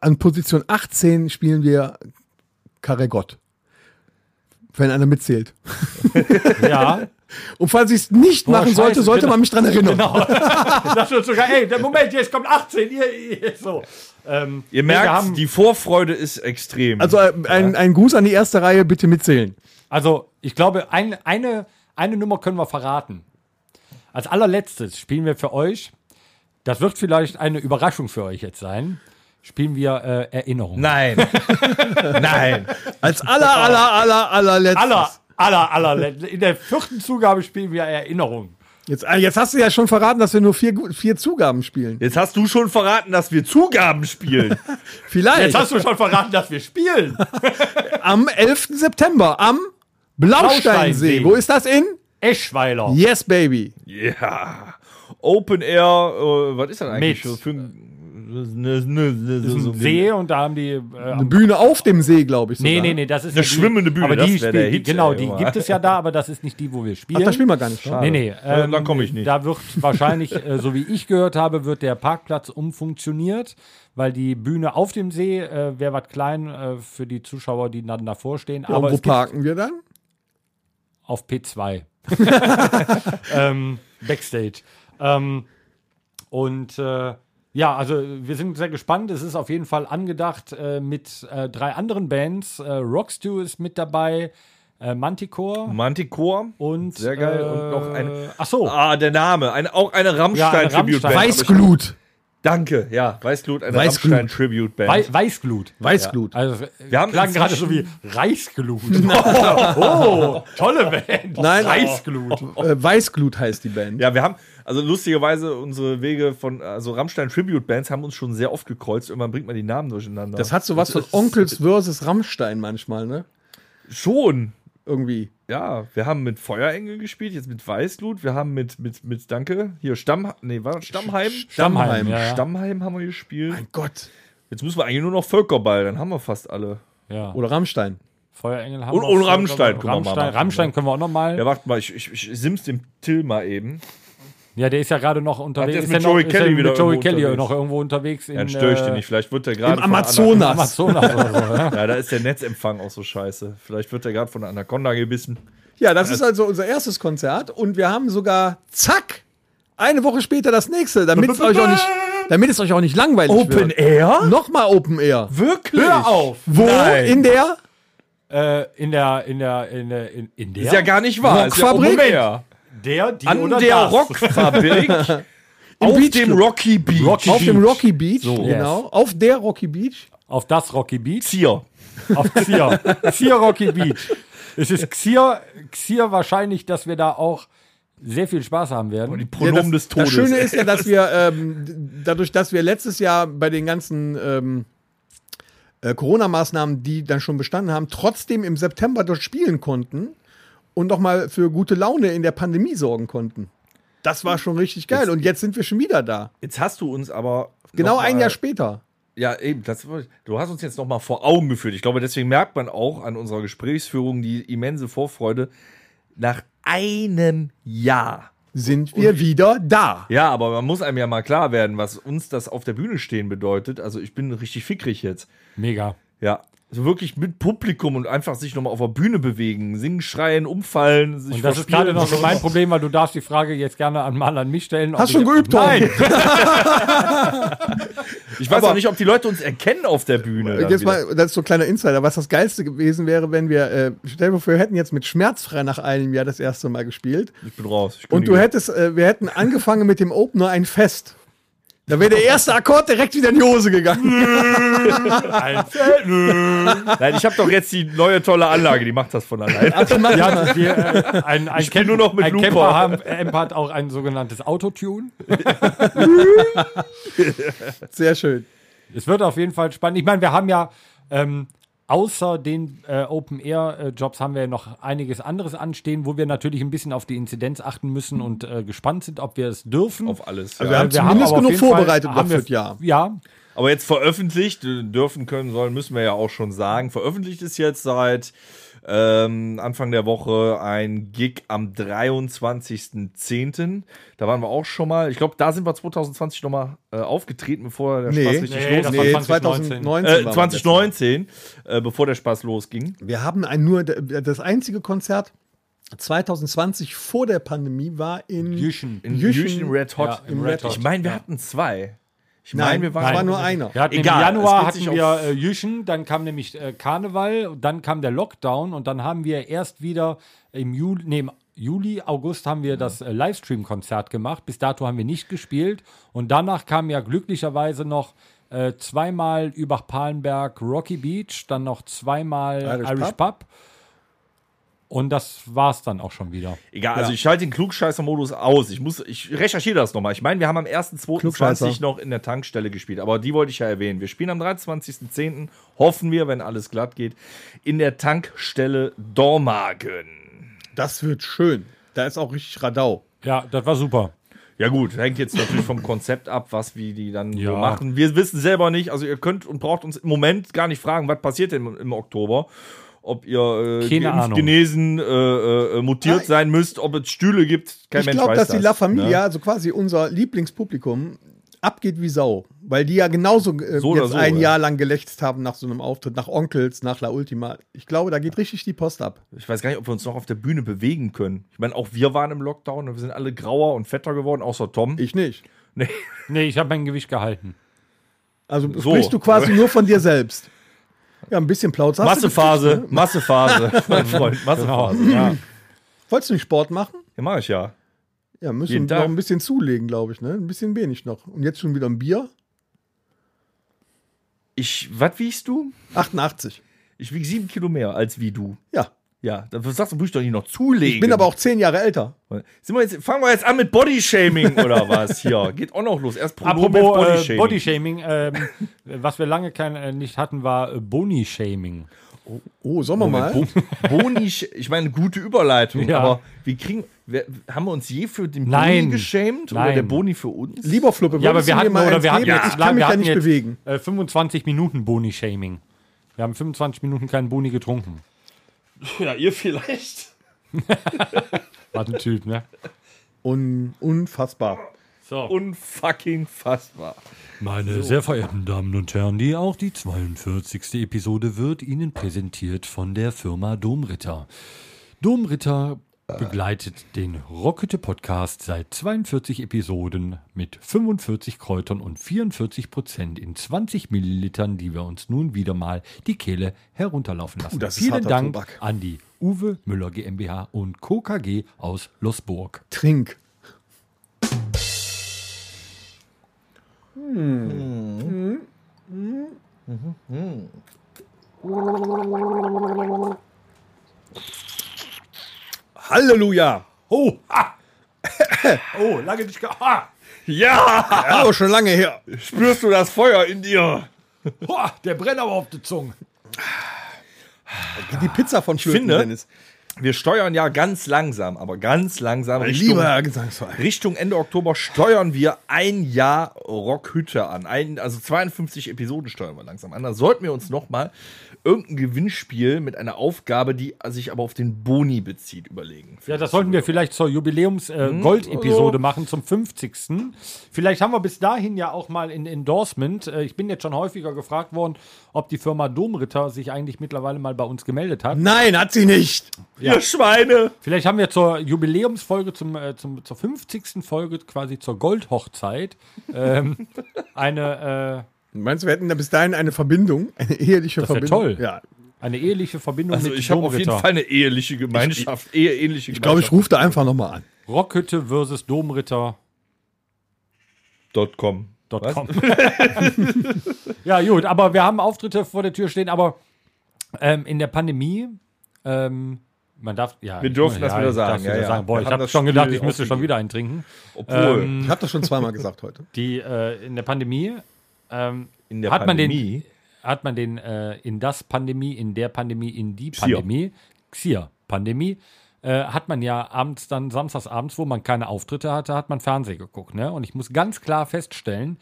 [SPEAKER 4] an Position 18 spielen wir Karegott. Wenn einer mitzählt. (laughs)
[SPEAKER 2] ja.
[SPEAKER 4] Und falls ich es nicht machen
[SPEAKER 2] scheiße,
[SPEAKER 4] sollte, sollte
[SPEAKER 2] genau.
[SPEAKER 4] man mich dran erinnern.
[SPEAKER 2] Genau. (laughs) das wird sogar, ey, der Moment, jetzt kommt 18, ihr, ihr so. Ähm,
[SPEAKER 3] Ihr
[SPEAKER 2] nee, wir
[SPEAKER 3] merkt,
[SPEAKER 2] haben,
[SPEAKER 3] die Vorfreude ist extrem.
[SPEAKER 4] Also äh, ein, ein Gruß an die erste Reihe, bitte mitzählen.
[SPEAKER 2] also ich glaube, ein, eine, eine Nummer können wir verraten. Als allerletztes spielen wir für euch, das wird vielleicht eine Überraschung für euch jetzt sein, spielen wir äh, Erinnerung.
[SPEAKER 4] (laughs)
[SPEAKER 3] Nein. Nein.
[SPEAKER 4] Als aller, aller, aller, allerletztes.
[SPEAKER 2] Aller, aller, aller, in der vierten Zugabe spielen wir Erinnerung.
[SPEAKER 4] Jetzt, ah, jetzt hast du ja schon verraten, dass wir nur vier, Gu- vier Zugaben spielen.
[SPEAKER 3] Jetzt hast du schon verraten, dass wir Zugaben spielen.
[SPEAKER 4] Vielleicht
[SPEAKER 2] Jetzt hast du schon verraten, dass wir spielen.
[SPEAKER 4] am 11. September am Blausteinsee.
[SPEAKER 2] Blausteinsee.
[SPEAKER 4] Wo ist das in?
[SPEAKER 2] Eschweiler.
[SPEAKER 4] Yes, Baby.
[SPEAKER 3] Ja. Open Air, äh, was ist das eigentlich?
[SPEAKER 2] Mit.
[SPEAKER 3] Für, Ne,
[SPEAKER 2] Das
[SPEAKER 3] ein-
[SPEAKER 2] ist ein See und da haben die. Äh,
[SPEAKER 4] Eine Bühne auf dem See, glaube ich.
[SPEAKER 2] nee,
[SPEAKER 4] sogar.
[SPEAKER 2] nee, nee, das ist. ja
[SPEAKER 3] Eine
[SPEAKER 2] die-
[SPEAKER 3] schwimmende Bühne,
[SPEAKER 2] aber
[SPEAKER 3] das
[SPEAKER 2] die
[SPEAKER 3] wär
[SPEAKER 2] spiel-
[SPEAKER 3] der
[SPEAKER 2] die,
[SPEAKER 3] Hit,
[SPEAKER 2] Genau,
[SPEAKER 3] ey,
[SPEAKER 2] die
[SPEAKER 3] Mann.
[SPEAKER 2] gibt es ja da, aber das ist nicht die, wo wir spielen.
[SPEAKER 4] Ach, da spielen wir gar nicht.
[SPEAKER 2] Nee, nee.
[SPEAKER 3] Äh,
[SPEAKER 2] ähm,
[SPEAKER 3] Da- da komm ich nicht.
[SPEAKER 2] Da wird wahrscheinlich, äh, so wie ich gehört habe, wird der Parkplatz umfunktioniert, weil die Bühne auf dem See äh, wäre was klein äh, für die Zuschauer, die dann davor stehen.
[SPEAKER 4] Ja,
[SPEAKER 2] aber
[SPEAKER 4] und wo
[SPEAKER 2] es gibt
[SPEAKER 4] parken wir dann?
[SPEAKER 2] auf P2. ähm, Backstage. Ähm, und äh, ja, also wir sind sehr gespannt. Es ist auf jeden Fall angedacht äh, mit äh, drei anderen Bands. Äh, Rockstew ist mit dabei, äh, Manticore
[SPEAKER 3] Manticore.
[SPEAKER 2] und
[SPEAKER 3] Mhm. Sehr geil.
[SPEAKER 2] Äh,
[SPEAKER 3] Und noch eine-
[SPEAKER 2] Ach so.
[SPEAKER 3] Ah, der Name. Eine, auch eine
[SPEAKER 2] Rammstein.
[SPEAKER 3] Rammstein-Tribute-Band.
[SPEAKER 4] Weißglut.
[SPEAKER 3] Danke, ja. Weißglut, eine
[SPEAKER 4] Weißglut.
[SPEAKER 3] Rammstein-Tribute-Band.
[SPEAKER 2] Wei Weißglut.
[SPEAKER 4] Weißglut.
[SPEAKER 2] Also,
[SPEAKER 3] Wir
[SPEAKER 2] wir
[SPEAKER 3] haben
[SPEAKER 2] haben klang gerade so wie
[SPEAKER 3] inzwischen- (laughs)
[SPEAKER 2] Reisglut. oh, oh, tolle Band.
[SPEAKER 4] Nein.
[SPEAKER 2] Reisglut.
[SPEAKER 4] Äh, Weißglut heißt die Band.
[SPEAKER 3] Ja, wir haben, also lustigerweise, unsere Wege von, also Rammstein-Tribute-Bands haben uns schon sehr oft gekreuzt. Irgendwann bringt man die Namen durcheinander.
[SPEAKER 4] Das hat so was von Onkels versus Rammstein manchmal, ne?
[SPEAKER 3] schon.
[SPEAKER 4] Irgendwie.
[SPEAKER 3] Ja, wir haben mit Feuerengel gespielt, jetzt mit Weißglut, wir haben mit, mit, mit Danke, hier Stamm, nee, war das Stammheim?
[SPEAKER 2] Stammheim, ja, ja.
[SPEAKER 3] Stammheim haben wir gespielt.
[SPEAKER 4] Mein Gott.
[SPEAKER 3] Jetzt müssen wir eigentlich nur noch Völkerball, dann haben wir fast alle.
[SPEAKER 2] Ja.
[SPEAKER 4] Oder Rammstein.
[SPEAKER 2] Feuerengel haben
[SPEAKER 3] Und-
[SPEAKER 2] wir
[SPEAKER 3] und
[SPEAKER 2] auch schon.
[SPEAKER 3] Rammstein können wir mal
[SPEAKER 2] Rammstein,
[SPEAKER 3] machen.
[SPEAKER 2] Rammstein können wir auch noch mal.
[SPEAKER 3] Ja, warte mal, ich, ich, ich sims dem Till mal eben.
[SPEAKER 2] Ja, der ist ja gerade noch unterwegs.
[SPEAKER 3] jetzt
[SPEAKER 2] Ist
[SPEAKER 3] mit
[SPEAKER 2] ja noch-
[SPEAKER 3] Joey
[SPEAKER 2] ist ja
[SPEAKER 3] Kelly wieder
[SPEAKER 2] mit Joey
[SPEAKER 3] irgendwo
[SPEAKER 2] Kelly
[SPEAKER 3] unterwegs.
[SPEAKER 2] noch irgendwo unterwegs. In,
[SPEAKER 3] Dann störe ich
[SPEAKER 2] äh,
[SPEAKER 3] den nicht, vielleicht wird der gerade.
[SPEAKER 4] Im
[SPEAKER 3] von einer-
[SPEAKER 4] Amazonas.
[SPEAKER 2] Amazonas oder so.
[SPEAKER 3] (laughs)
[SPEAKER 2] Ja.
[SPEAKER 3] Ja, da ist der Netzempfang auch so scheiße. Vielleicht wird der gerade von einer Anaconda gebissen.
[SPEAKER 4] Ja, das ist also unser erstes Konzert und wir haben sogar, zack, eine Woche später das nächste, damit es euch auch nicht, damit es euch auch nicht langweilig wird.
[SPEAKER 3] Air?
[SPEAKER 4] Nochmal Open Air.
[SPEAKER 3] Wirklich?
[SPEAKER 2] Hör auf!
[SPEAKER 4] Wo? In der?
[SPEAKER 2] Äh, in der, in der, in der, in, in der,
[SPEAKER 3] Ist ja gar nicht wahr. Ist ja
[SPEAKER 4] Rockfabrik?
[SPEAKER 3] Open Air.
[SPEAKER 2] der, die
[SPEAKER 3] An
[SPEAKER 2] oder
[SPEAKER 3] der
[SPEAKER 2] das.
[SPEAKER 4] (laughs)
[SPEAKER 3] Rockfabrik. auf
[SPEAKER 4] Beach
[SPEAKER 3] dem
[SPEAKER 4] Club.
[SPEAKER 3] Rocky Beach.
[SPEAKER 2] Rocky
[SPEAKER 4] Auf dem
[SPEAKER 2] Beach.
[SPEAKER 4] Rocky Beach, genau. Auf der Rocky Beach.
[SPEAKER 2] Auf das Rocky Beach.
[SPEAKER 3] Hier.
[SPEAKER 2] Auf Xier. (laughs) Xier Rocky Beach. Es ist Xier, Xier wahrscheinlich, dass wir da auch sehr viel Spaß haben werden.
[SPEAKER 3] Die
[SPEAKER 4] Ja,
[SPEAKER 3] Pronomen
[SPEAKER 4] das,
[SPEAKER 3] des Todes.
[SPEAKER 4] das Schöne ist ja, dass wir ähm, d- dadurch, dass wir letztes Jahr bei den ganzen ähm, äh, Corona-Maßnahmen, die dann schon bestanden haben, trotzdem im September dort spielen konnten und nochmal für gute Laune in der Pandemie sorgen konnten. Das war schon richtig geil. und jetzt sind wir schon wieder da.
[SPEAKER 3] Jetzt hast du uns aber.
[SPEAKER 4] Genau
[SPEAKER 3] noch
[SPEAKER 4] ein
[SPEAKER 3] mal-
[SPEAKER 4] Jahr später.
[SPEAKER 3] Ja, eben. Das, wollte ich- du hast uns jetzt nochmal vor Augen geführt. Ich glaube, deswegen merkt man auch an unserer Gesprächsführung die immense Vorfreude. Nach einem Jahr.
[SPEAKER 4] Sind wir wieder da.
[SPEAKER 3] Ja, aber man muss einem ja mal klar werden, was uns das auf der Bühne stehen bedeutet. Also ich bin richtig fickrig jetzt.
[SPEAKER 2] Mega.
[SPEAKER 3] Ja. Also wirklich mit Publikum und einfach sich nochmal auf der Bühne bewegen, singen, schreien, umfallen, sich
[SPEAKER 2] Und das ist
[SPEAKER 3] verspielen
[SPEAKER 2] gerade noch
[SPEAKER 3] und
[SPEAKER 2] so
[SPEAKER 3] so.
[SPEAKER 2] mein Problem, weil du darfst die Frage jetzt gerne an- mal an mich stellen. ob
[SPEAKER 4] Hast
[SPEAKER 2] ich-
[SPEAKER 4] schon geübt, Tom?
[SPEAKER 2] Nein.
[SPEAKER 3] Ich weiß auch nicht, ob die Leute uns erkennen auf der Bühne. dann
[SPEAKER 4] Äh, Jetzt
[SPEAKER 3] wieder.
[SPEAKER 4] mal, das ist so ein kleiner Insider. Was das Geilste gewesen wäre, wenn wir, äh, stell dir mal vor, wir hätten jetzt mit Schmerzfrei nach einem Jahr das erste Mal gespielt.
[SPEAKER 3] Ich bin raus. Ich
[SPEAKER 4] Und
[SPEAKER 3] kündige.
[SPEAKER 4] du hättest, äh, wir hätten angefangen mit dem Opener ein Fest. Da wäre der erste Akkord direkt wieder in die Hose gegangen.
[SPEAKER 3] Nein, ich habe doch jetzt die neue tolle Anlage, die macht das von allein.
[SPEAKER 2] (laughs) Ja, wir, äh, ein, ein ich
[SPEAKER 3] spiel nur noch mit
[SPEAKER 2] ein
[SPEAKER 3] Looper.
[SPEAKER 2] Camper haben, äh, Amp hat auch ein sogenanntes Autotune.
[SPEAKER 4] Sehr schön.
[SPEAKER 2] Es wird auf jeden Fall spannend. Ich meine, wir haben ja ähm, außer den äh, Open-Air-Jobs haben wir ja noch einiges anderes anstehen, wo wir natürlich ein bisschen auf die Inzidenz achten müssen und äh, gespannt sind, ob wir es dürfen. Äh,
[SPEAKER 3] auf alles.
[SPEAKER 4] Also wir
[SPEAKER 3] Ja.
[SPEAKER 4] haben- zumindest
[SPEAKER 2] aber auf
[SPEAKER 4] genug
[SPEAKER 2] jeden Fall-
[SPEAKER 4] vorbereitet
[SPEAKER 2] haben wir-
[SPEAKER 4] dafür, ja.
[SPEAKER 2] Ja,
[SPEAKER 3] Aber jetzt veröffentlicht, äh, dürfen können sollen, müssen wir ja auch schon sagen. Veröffentlicht ist jetzt seit ähm, Anfang der Woche ein Gig am 23.10. Da waren wir auch schon mal. Ich glaube, da sind wir 2020 nochmal äh, aufgetreten, bevor der Spaß richtig
[SPEAKER 2] Nee, das
[SPEAKER 3] losging.
[SPEAKER 2] war
[SPEAKER 4] Nee,
[SPEAKER 2] 2019.
[SPEAKER 3] Äh,
[SPEAKER 4] 2019. war
[SPEAKER 3] 2019, äh, bevor der Spaß losging.
[SPEAKER 4] das. Wir haben ein, nur d- das einzige Konzert 2020 vor der Pandemie war in
[SPEAKER 2] Jüschen.
[SPEAKER 3] In
[SPEAKER 4] Jüchen.
[SPEAKER 3] Jüchen Red Hot.
[SPEAKER 2] Ja, im Red Hot.
[SPEAKER 3] Ich meine, wir hatten zwei. Ich
[SPEAKER 4] Nein,
[SPEAKER 3] meine, wir waren.
[SPEAKER 4] es war nur einer.
[SPEAKER 2] Wir hatten
[SPEAKER 3] Egal,
[SPEAKER 2] im
[SPEAKER 3] es
[SPEAKER 2] Januar
[SPEAKER 3] geht sich
[SPEAKER 2] hatten
[SPEAKER 3] auf-
[SPEAKER 2] wir äh, Jüschen, dann kam nämlich äh, Karneval, und dann kam der Lockdown und dann haben wir erst wieder im Juli, nee, im Juli, August haben wir das äh, Livestream-Konzert gemacht. Bis dato haben wir nicht gespielt und danach kam ja glücklicherweise noch äh, zweimal Übach-Palenberg Rocky Beach, dann noch zweimal
[SPEAKER 4] Irish
[SPEAKER 2] Irish, Pub. Und das war's dann auch schon wieder.
[SPEAKER 3] Egal, also ich halte den Klugscheißer-Modus aus. Ich muss, ich recherchiere das nochmal. Ich meine, wir haben am 1.2.20
[SPEAKER 4] Klugscheißer.
[SPEAKER 3] noch in der Tankstelle gespielt, aber die wollte ich ja erwähnen. Wir spielen am 23.10., hoffen wir, wenn alles glatt geht, in der Tankstelle Dormagen.
[SPEAKER 4] Das wird schön. Da ist auch richtig Radau.
[SPEAKER 2] Ja, das war super.
[SPEAKER 3] Ja gut, hängt jetzt natürlich vom Konzept ab, was wir die dann
[SPEAKER 2] Ja.
[SPEAKER 3] so machen. Wir wissen selber nicht, also ihr könnt und braucht uns im Moment gar nicht fragen, was passiert denn im Oktober. Ob ihr äh,
[SPEAKER 2] Keine
[SPEAKER 3] geimpft,
[SPEAKER 2] Ahnung.
[SPEAKER 3] genesen, äh, äh, mutiert
[SPEAKER 4] Ja,
[SPEAKER 3] sein müsst, ob es Stühle gibt, kein
[SPEAKER 4] ich
[SPEAKER 3] Mensch
[SPEAKER 4] glaube,
[SPEAKER 3] weiß
[SPEAKER 4] dass die La
[SPEAKER 3] das,
[SPEAKER 4] Familia,
[SPEAKER 3] ne?
[SPEAKER 4] also quasi unser Lieblingspublikum, abgeht wie Sau. Weil die ja genauso äh,
[SPEAKER 3] So oder
[SPEAKER 4] jetzt
[SPEAKER 3] so,
[SPEAKER 4] ein
[SPEAKER 3] ja.
[SPEAKER 4] Jahr lang gelächzt haben nach so einem Auftritt, nach Onkels, nach La Ultima. Ich glaube, da geht richtig die Post ab.
[SPEAKER 3] Ich weiß gar nicht, ob wir uns noch auf der Bühne bewegen können. Ich meine, auch wir waren im Lockdown und wir sind alle grauer und fetter geworden, außer Tom.
[SPEAKER 4] Ich nicht.
[SPEAKER 3] Nee.
[SPEAKER 2] Nee, ich habe mein Gewicht gehalten.
[SPEAKER 4] Also
[SPEAKER 3] So.
[SPEAKER 4] sprichst du quasi nur von dir selbst. Ja, ein bisschen Plauz. hast du
[SPEAKER 3] Massephase, Massephase, mein Freund, Massephase. Ja,
[SPEAKER 4] gekriegt. Wolltest du nicht Sport machen?
[SPEAKER 3] ja mache ich ja.
[SPEAKER 4] Ja, müssen
[SPEAKER 3] Jeden
[SPEAKER 4] noch
[SPEAKER 3] Tag.
[SPEAKER 4] ein bisschen zulegen, glaube ich. Ne? Ein bisschen wenig noch. Und jetzt schon wieder ein Bier?
[SPEAKER 3] Ich, was wiegst du?
[SPEAKER 4] 88.
[SPEAKER 3] Ich wiege sieben Kilo mehr als wie du.
[SPEAKER 4] Ja.
[SPEAKER 3] Ja, das sagst du, muss ich doch nicht noch zulegen.
[SPEAKER 4] Ich bin aber auch zehn Jahre älter.
[SPEAKER 3] Sind wir jetzt, fangen wir jetzt an mit Bodyshaming oder was hier? Geht auch noch los. Erst Pronomen,
[SPEAKER 2] Apropos äh, Bodyshaming, ähm, (laughs) was wir lange kein, äh, nicht hatten, war äh, Boni-Shaming.
[SPEAKER 4] Oh, sollen wir mal?
[SPEAKER 3] Bo (laughs) Boni, ich meine, gute Überleitung,
[SPEAKER 2] Ja.
[SPEAKER 3] aber wir kriegen, wir, haben wir uns je für den
[SPEAKER 2] Nein.
[SPEAKER 3] Boni geschämt oder
[SPEAKER 2] Nein.
[SPEAKER 3] der Boni für uns?
[SPEAKER 4] Lieber Fluppe,
[SPEAKER 2] Ja, aber
[SPEAKER 4] würdest
[SPEAKER 2] wir
[SPEAKER 4] du mir
[SPEAKER 2] hatten,
[SPEAKER 4] mal
[SPEAKER 2] oder
[SPEAKER 4] eins
[SPEAKER 2] wir hatten
[SPEAKER 4] geben?
[SPEAKER 2] jetzt,
[SPEAKER 4] ich kann
[SPEAKER 2] wir
[SPEAKER 4] mich da
[SPEAKER 2] hatten
[SPEAKER 4] nicht
[SPEAKER 2] jetzt
[SPEAKER 4] bewegen.
[SPEAKER 2] Äh, 25 Minuten Boni-Shaming. Wir haben 25 Minuten keinen Boni getrunken.
[SPEAKER 3] ja, ihr vielleicht.
[SPEAKER 2] War ein Typ, ne?
[SPEAKER 4] Un unfassbar.
[SPEAKER 2] So.
[SPEAKER 3] (laughs) Unfucking fassbar.
[SPEAKER 2] Meine sehr verehrten Damen und Herren, die auch die 42. Episode wird Ihnen präsentiert von der Firma Domritter. Domritter begleitet den Rockete Podcast seit 42 Episoden mit 45 Kräutern und 44 Prozent in 20 Millilitern, die wir uns nun wieder mal die Kehle herunterlaufen lassen.
[SPEAKER 4] das ist
[SPEAKER 2] Vielen
[SPEAKER 4] harter
[SPEAKER 2] Dank
[SPEAKER 4] Tobak.
[SPEAKER 2] an die Uwe Müller GmbH und Co. KG aus Losburg.
[SPEAKER 4] Trink.
[SPEAKER 3] Hm.
[SPEAKER 4] Halleluja!
[SPEAKER 2] Oh, oh, lange nicht. Ge
[SPEAKER 3] Ja,
[SPEAKER 4] Ah, Aber schon lange her.
[SPEAKER 3] spürst du das Feuer in dir?
[SPEAKER 2] der brennt aber auf der Zunge.
[SPEAKER 4] Die Pizza von Flöten,
[SPEAKER 3] finde-
[SPEAKER 4] Dennis.
[SPEAKER 3] Wir steuern ja ganz langsam, aber ganz langsam
[SPEAKER 4] Lieber Herr Gesangsverein.
[SPEAKER 3] Richtung Ende Oktober steuern wir ein Jahr Rockhütte an. Ein, also 52 Episoden steuern wir langsam an. Da sollten wir uns nochmal irgendein Gewinnspiel mit einer Aufgabe, die sich aber auf den Boni bezieht, überlegen.
[SPEAKER 2] Ja, das sollten wir vielleicht zur
[SPEAKER 3] Mhm.
[SPEAKER 2] Jubiläums-Gold-Episode
[SPEAKER 3] Oh.
[SPEAKER 2] machen, zum 50. Vielleicht haben wir bis dahin ja auch mal ein Endorsement. Äh, Ich bin jetzt schon häufiger gefragt worden, ob die Firma Domritter sich eigentlich mittlerweile mal bei uns gemeldet hat.
[SPEAKER 4] Nein, hat sie nicht.
[SPEAKER 3] Ihr Schweine!
[SPEAKER 2] Vielleicht haben wir zur Jubiläumsfolge, zum, äh, zum, zur 50. Folge, quasi zur Goldhochzeit,
[SPEAKER 3] (laughs)
[SPEAKER 2] ähm, eine, äh,
[SPEAKER 4] Meinst du, wir hätten da bis dahin eine Verbindung, eine eheliche
[SPEAKER 2] Das wär
[SPEAKER 4] Verbindung?
[SPEAKER 2] toll.
[SPEAKER 4] Ja.
[SPEAKER 2] äh, eine eheliche Verbindung
[SPEAKER 3] Also
[SPEAKER 2] mit
[SPEAKER 3] ich habe auf jeden
[SPEAKER 2] Domritter.
[SPEAKER 3] Fall eine eheliche Gemeinschaft, eheähnliche
[SPEAKER 4] Ich glaube, ich rufe da einfach nochmal an.
[SPEAKER 2] Rockhütte versus Domritter.
[SPEAKER 3] Dot com.
[SPEAKER 2] Dot com. (laughs) ja, gut, aber wir haben Auftritte vor der Tür stehen, aber ähm, in der Pandemie, ähm, man darf, ja.
[SPEAKER 3] Wir
[SPEAKER 2] ich-
[SPEAKER 3] dürfen das
[SPEAKER 2] ja,
[SPEAKER 3] wieder
[SPEAKER 2] ich
[SPEAKER 3] sagen,
[SPEAKER 2] darf
[SPEAKER 3] ja,
[SPEAKER 2] wieder
[SPEAKER 3] ja.
[SPEAKER 2] sagen. Boah,
[SPEAKER 3] Wir
[SPEAKER 2] ich
[SPEAKER 3] haben
[SPEAKER 2] habe
[SPEAKER 3] das
[SPEAKER 2] schon gedacht, ich
[SPEAKER 3] Spiel
[SPEAKER 2] müsste schon
[SPEAKER 3] aufgegeben.
[SPEAKER 2] wieder einen trinken.
[SPEAKER 3] Obwohl,
[SPEAKER 4] Ich habe das schon zweimal gesagt heute.
[SPEAKER 2] Die, äh, in der Pandemie, ähm,
[SPEAKER 3] in der
[SPEAKER 2] hat man den-
[SPEAKER 3] Pandemie,
[SPEAKER 2] hat man den äh, in das Pandemie, in der Pandemie, in die Pandemie, Xier, Pandemie, äh, hat man ja abends dann, samstagsabends, wo man keine Auftritte hatte, hat man Fernsehen geguckt. Ne? Und ich muss ganz klar feststellen,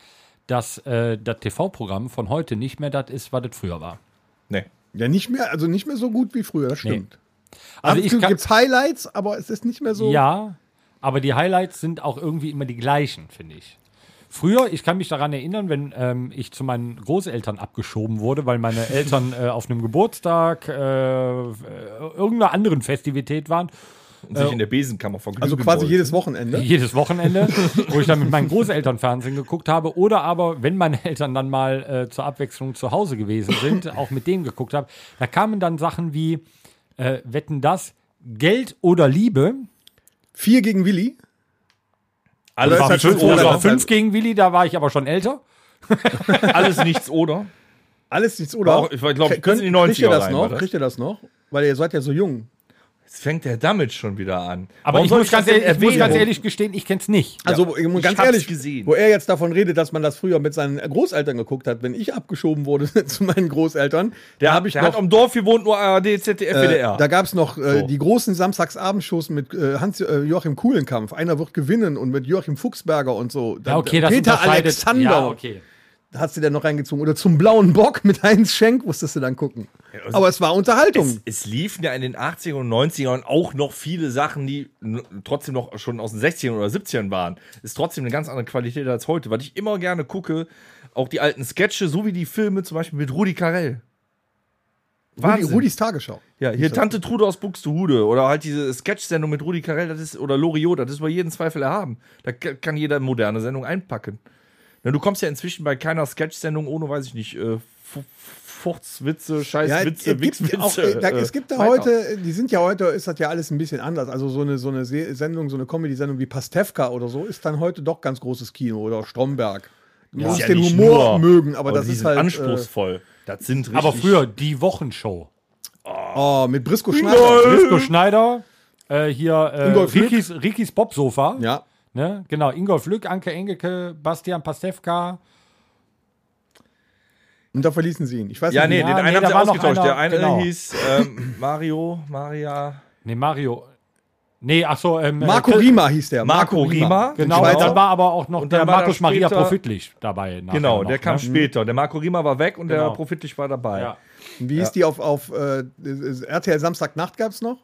[SPEAKER 2] dass äh, das TV-Programm von heute nicht mehr das ist, was das früher war.
[SPEAKER 3] nee.
[SPEAKER 4] Ja, nicht mehr, also nicht mehr so gut wie früher, das stimmt.
[SPEAKER 2] Also ich
[SPEAKER 4] Absolut
[SPEAKER 2] kann,
[SPEAKER 4] gibt's Highlights, aber es ist nicht mehr so.
[SPEAKER 2] ja, aber die Highlights sind auch irgendwie immer die gleichen, finde ich. Früher, ich kann mich daran erinnern, wenn ähm, ich zu meinen Großeltern abgeschoben wurde, weil meine Eltern äh, auf einem Geburtstag, äh, äh, irgendeiner anderen Festivität waren
[SPEAKER 3] Und sich in der Besenkammer vergnügen
[SPEAKER 4] Also quasi
[SPEAKER 3] wollte.
[SPEAKER 4] jedes Wochenende.
[SPEAKER 2] jedes Wochenende, wo ich dann mit meinen Großeltern Fernsehen geguckt habe oder aber, wenn meine Eltern dann mal äh, zur Abwechslung zu Hause gewesen sind, auch mit denen geguckt habe, da kamen dann Sachen wie, äh, wetten das, Geld oder Liebe.
[SPEAKER 4] Vier gegen Willi.
[SPEAKER 3] Alles,
[SPEAKER 4] War
[SPEAKER 3] nichts
[SPEAKER 4] schön,
[SPEAKER 2] fünf, halt das
[SPEAKER 4] oder?
[SPEAKER 2] war
[SPEAKER 3] oder.
[SPEAKER 2] fünf gegen Willi, da war ich aber schon älter.
[SPEAKER 3] Alles nichts oder.
[SPEAKER 4] Alles nichts, oder?
[SPEAKER 3] Auch- ich glaub,
[SPEAKER 4] Kön-
[SPEAKER 3] bis in die
[SPEAKER 4] kriegt ihr
[SPEAKER 3] 90er
[SPEAKER 4] das
[SPEAKER 3] rein, war
[SPEAKER 4] noch?
[SPEAKER 3] das?
[SPEAKER 4] Kriegt ihr das noch? Weil ihr seid ja so jung.
[SPEAKER 3] Jetzt fängt der damit schon wieder an.
[SPEAKER 2] Aber
[SPEAKER 3] Warum
[SPEAKER 2] ich
[SPEAKER 3] soll
[SPEAKER 2] muss, ganz
[SPEAKER 3] das
[SPEAKER 2] ehrlich,
[SPEAKER 3] denn
[SPEAKER 2] ich muss ganz
[SPEAKER 3] erwähnen?
[SPEAKER 2] ehrlich gestehen, ich kenn's nicht.
[SPEAKER 4] Also
[SPEAKER 3] ich
[SPEAKER 4] ganz
[SPEAKER 3] hab's
[SPEAKER 4] ehrlich,
[SPEAKER 3] gesehen.
[SPEAKER 4] wo er jetzt davon redet, dass man das früher mit seinen Großeltern geguckt hat, wenn ich abgeschoben wurde (laughs) zu meinen Großeltern,
[SPEAKER 3] Der,
[SPEAKER 4] da habe ich
[SPEAKER 3] der
[SPEAKER 4] noch
[SPEAKER 3] hat am Dorf gewohnt, nur ARD, ZDF, WDR.
[SPEAKER 4] Äh, da gab es noch äh,
[SPEAKER 3] So.
[SPEAKER 4] die großen Samstagsabendshows mit äh, Hans äh, Joachim Kuhlenkampf. Einer wird gewinnen und mit Joachim Fuchsberger und so. Dann,
[SPEAKER 2] Ja, okay, das
[SPEAKER 4] Peter
[SPEAKER 2] unterscheidet-
[SPEAKER 4] Alexander
[SPEAKER 2] Ja, okay.
[SPEAKER 4] hat sie dann noch reingezogen. Oder zum blauen Bock mit Heinz Schenk musstest du dann gucken.
[SPEAKER 3] also-
[SPEAKER 4] Aber es war Unterhaltung.
[SPEAKER 2] um-
[SPEAKER 3] es, es liefen ja in den 80ern und 90ern auch noch viele Sachen, die n- trotzdem noch schon aus den 60ern oder 70ern waren. Ist trotzdem eine ganz andere Qualität als heute, weil ich immer gerne gucke, auch die alten Sketche, so wie die Filme, zum Beispiel mit Rudi Carell.
[SPEAKER 4] Rudi,
[SPEAKER 3] Wahnsinn.
[SPEAKER 4] Rudis Tagesschau.
[SPEAKER 3] ja, hier Tante Trude aus Buxtehude oder halt diese Sketch-Sendung mit Rudi Carell, das ist, oder Loriot, das ist bei jedem Zweifel erhaben. Da k- kann jeder moderne Sendung einpacken. Na, du kommst ja inzwischen bei keiner Sketch-Sendung ohne, weiß ich nicht, äh, Fu- Furzwitze,
[SPEAKER 4] Ja,
[SPEAKER 3] Scheißwitze,
[SPEAKER 4] es, gibt auch, äh,
[SPEAKER 3] Wichswitze.
[SPEAKER 4] da, es gibt da
[SPEAKER 3] weiter.
[SPEAKER 4] heute, die sind ja heute, ist das ja alles ein bisschen anders. Also so eine, so eine Se- Sendung, so eine Comedy-Sendung wie Pastewka oder so, ist dann heute doch ganz großes Kino oder Stromberg. Man muss
[SPEAKER 3] ja
[SPEAKER 4] den
[SPEAKER 3] nicht nur,
[SPEAKER 4] Humor mögen, aber,
[SPEAKER 3] Aber
[SPEAKER 4] das
[SPEAKER 3] die
[SPEAKER 4] ist
[SPEAKER 3] sind
[SPEAKER 4] halt. äh,
[SPEAKER 3] anspruchsvoll. das sind richtig.
[SPEAKER 2] Aber früher die Wochenshow.
[SPEAKER 4] Oh, mit Brisco Schneider.
[SPEAKER 2] Disco Schneider, äh, hier äh,
[SPEAKER 4] Ingolf Lück.
[SPEAKER 2] Rikis, Rikis Bobsofa.
[SPEAKER 4] Ja.
[SPEAKER 2] Ne? Genau, Ingolf Lück, Anke Engelke, Bastian Pastewka.
[SPEAKER 4] Und da verließen sie ihn. Ich weiß
[SPEAKER 3] Ja,
[SPEAKER 4] nicht.
[SPEAKER 3] nee,
[SPEAKER 4] wie-
[SPEAKER 2] Ja,
[SPEAKER 3] den einen
[SPEAKER 2] nee,
[SPEAKER 3] haben
[SPEAKER 2] da
[SPEAKER 3] sie
[SPEAKER 2] war noch
[SPEAKER 3] ausgetauscht.
[SPEAKER 2] einer,
[SPEAKER 3] der eine
[SPEAKER 2] genau.
[SPEAKER 3] hieß ähm, Mario, Maria.
[SPEAKER 2] Ne, Mario. Nee, ach so, ähm,
[SPEAKER 4] Marco
[SPEAKER 2] äh,
[SPEAKER 4] Rima hieß der.
[SPEAKER 3] Marco Rima.
[SPEAKER 4] Den
[SPEAKER 2] Genau,
[SPEAKER 4] Schweizer.
[SPEAKER 2] dann war aber auch noch
[SPEAKER 3] Und
[SPEAKER 2] der
[SPEAKER 3] dann war
[SPEAKER 2] Markus
[SPEAKER 3] da später-
[SPEAKER 2] Maria Profitlich dabei. nachher
[SPEAKER 3] Genau,
[SPEAKER 2] noch,
[SPEAKER 3] der kam
[SPEAKER 2] ne?
[SPEAKER 3] später. Der Marco Rima war weg und
[SPEAKER 2] Genau.
[SPEAKER 3] der Profitlich war dabei.
[SPEAKER 2] Ja.
[SPEAKER 4] Wie hieß die auf, auf äh, RTL Samstagnacht gab es noch?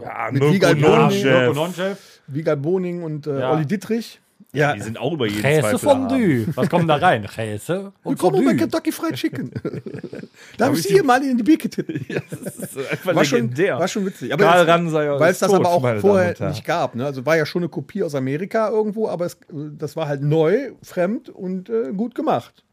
[SPEAKER 3] Ja,
[SPEAKER 4] Mit
[SPEAKER 3] Mirko
[SPEAKER 4] Wiegald
[SPEAKER 3] Nonchef.
[SPEAKER 4] Boning,
[SPEAKER 2] Mirko Nonchef.
[SPEAKER 4] Vigal Boning und äh,
[SPEAKER 2] Ja.
[SPEAKER 4] Olli Dietrich.
[SPEAKER 3] Ja, die sind auch über jeden
[SPEAKER 2] Käse
[SPEAKER 3] Zweifel erhaben.
[SPEAKER 2] Fondue. Was kommt da rein? Käse und
[SPEAKER 4] Willkommen bei
[SPEAKER 2] Fondue.
[SPEAKER 4] Kentucky
[SPEAKER 3] (laughs)
[SPEAKER 4] Fried Chicken. da habe ich sie mal in die Bieke getippt.
[SPEAKER 3] Das ist einfach
[SPEAKER 4] War schon,
[SPEAKER 3] legendär.
[SPEAKER 4] war schon witzig.
[SPEAKER 3] Karl
[SPEAKER 4] es-
[SPEAKER 3] Ransauer
[SPEAKER 4] weil
[SPEAKER 3] ist
[SPEAKER 4] es das
[SPEAKER 3] tot,
[SPEAKER 4] aber
[SPEAKER 3] meine
[SPEAKER 4] auch
[SPEAKER 3] Damen und
[SPEAKER 4] vorher
[SPEAKER 3] Herren.
[SPEAKER 4] nicht gab. Ne? Also war ja schon eine Kopie aus Amerika irgendwo, aber es, äh, das war halt neu, fremd und äh, gut gemacht.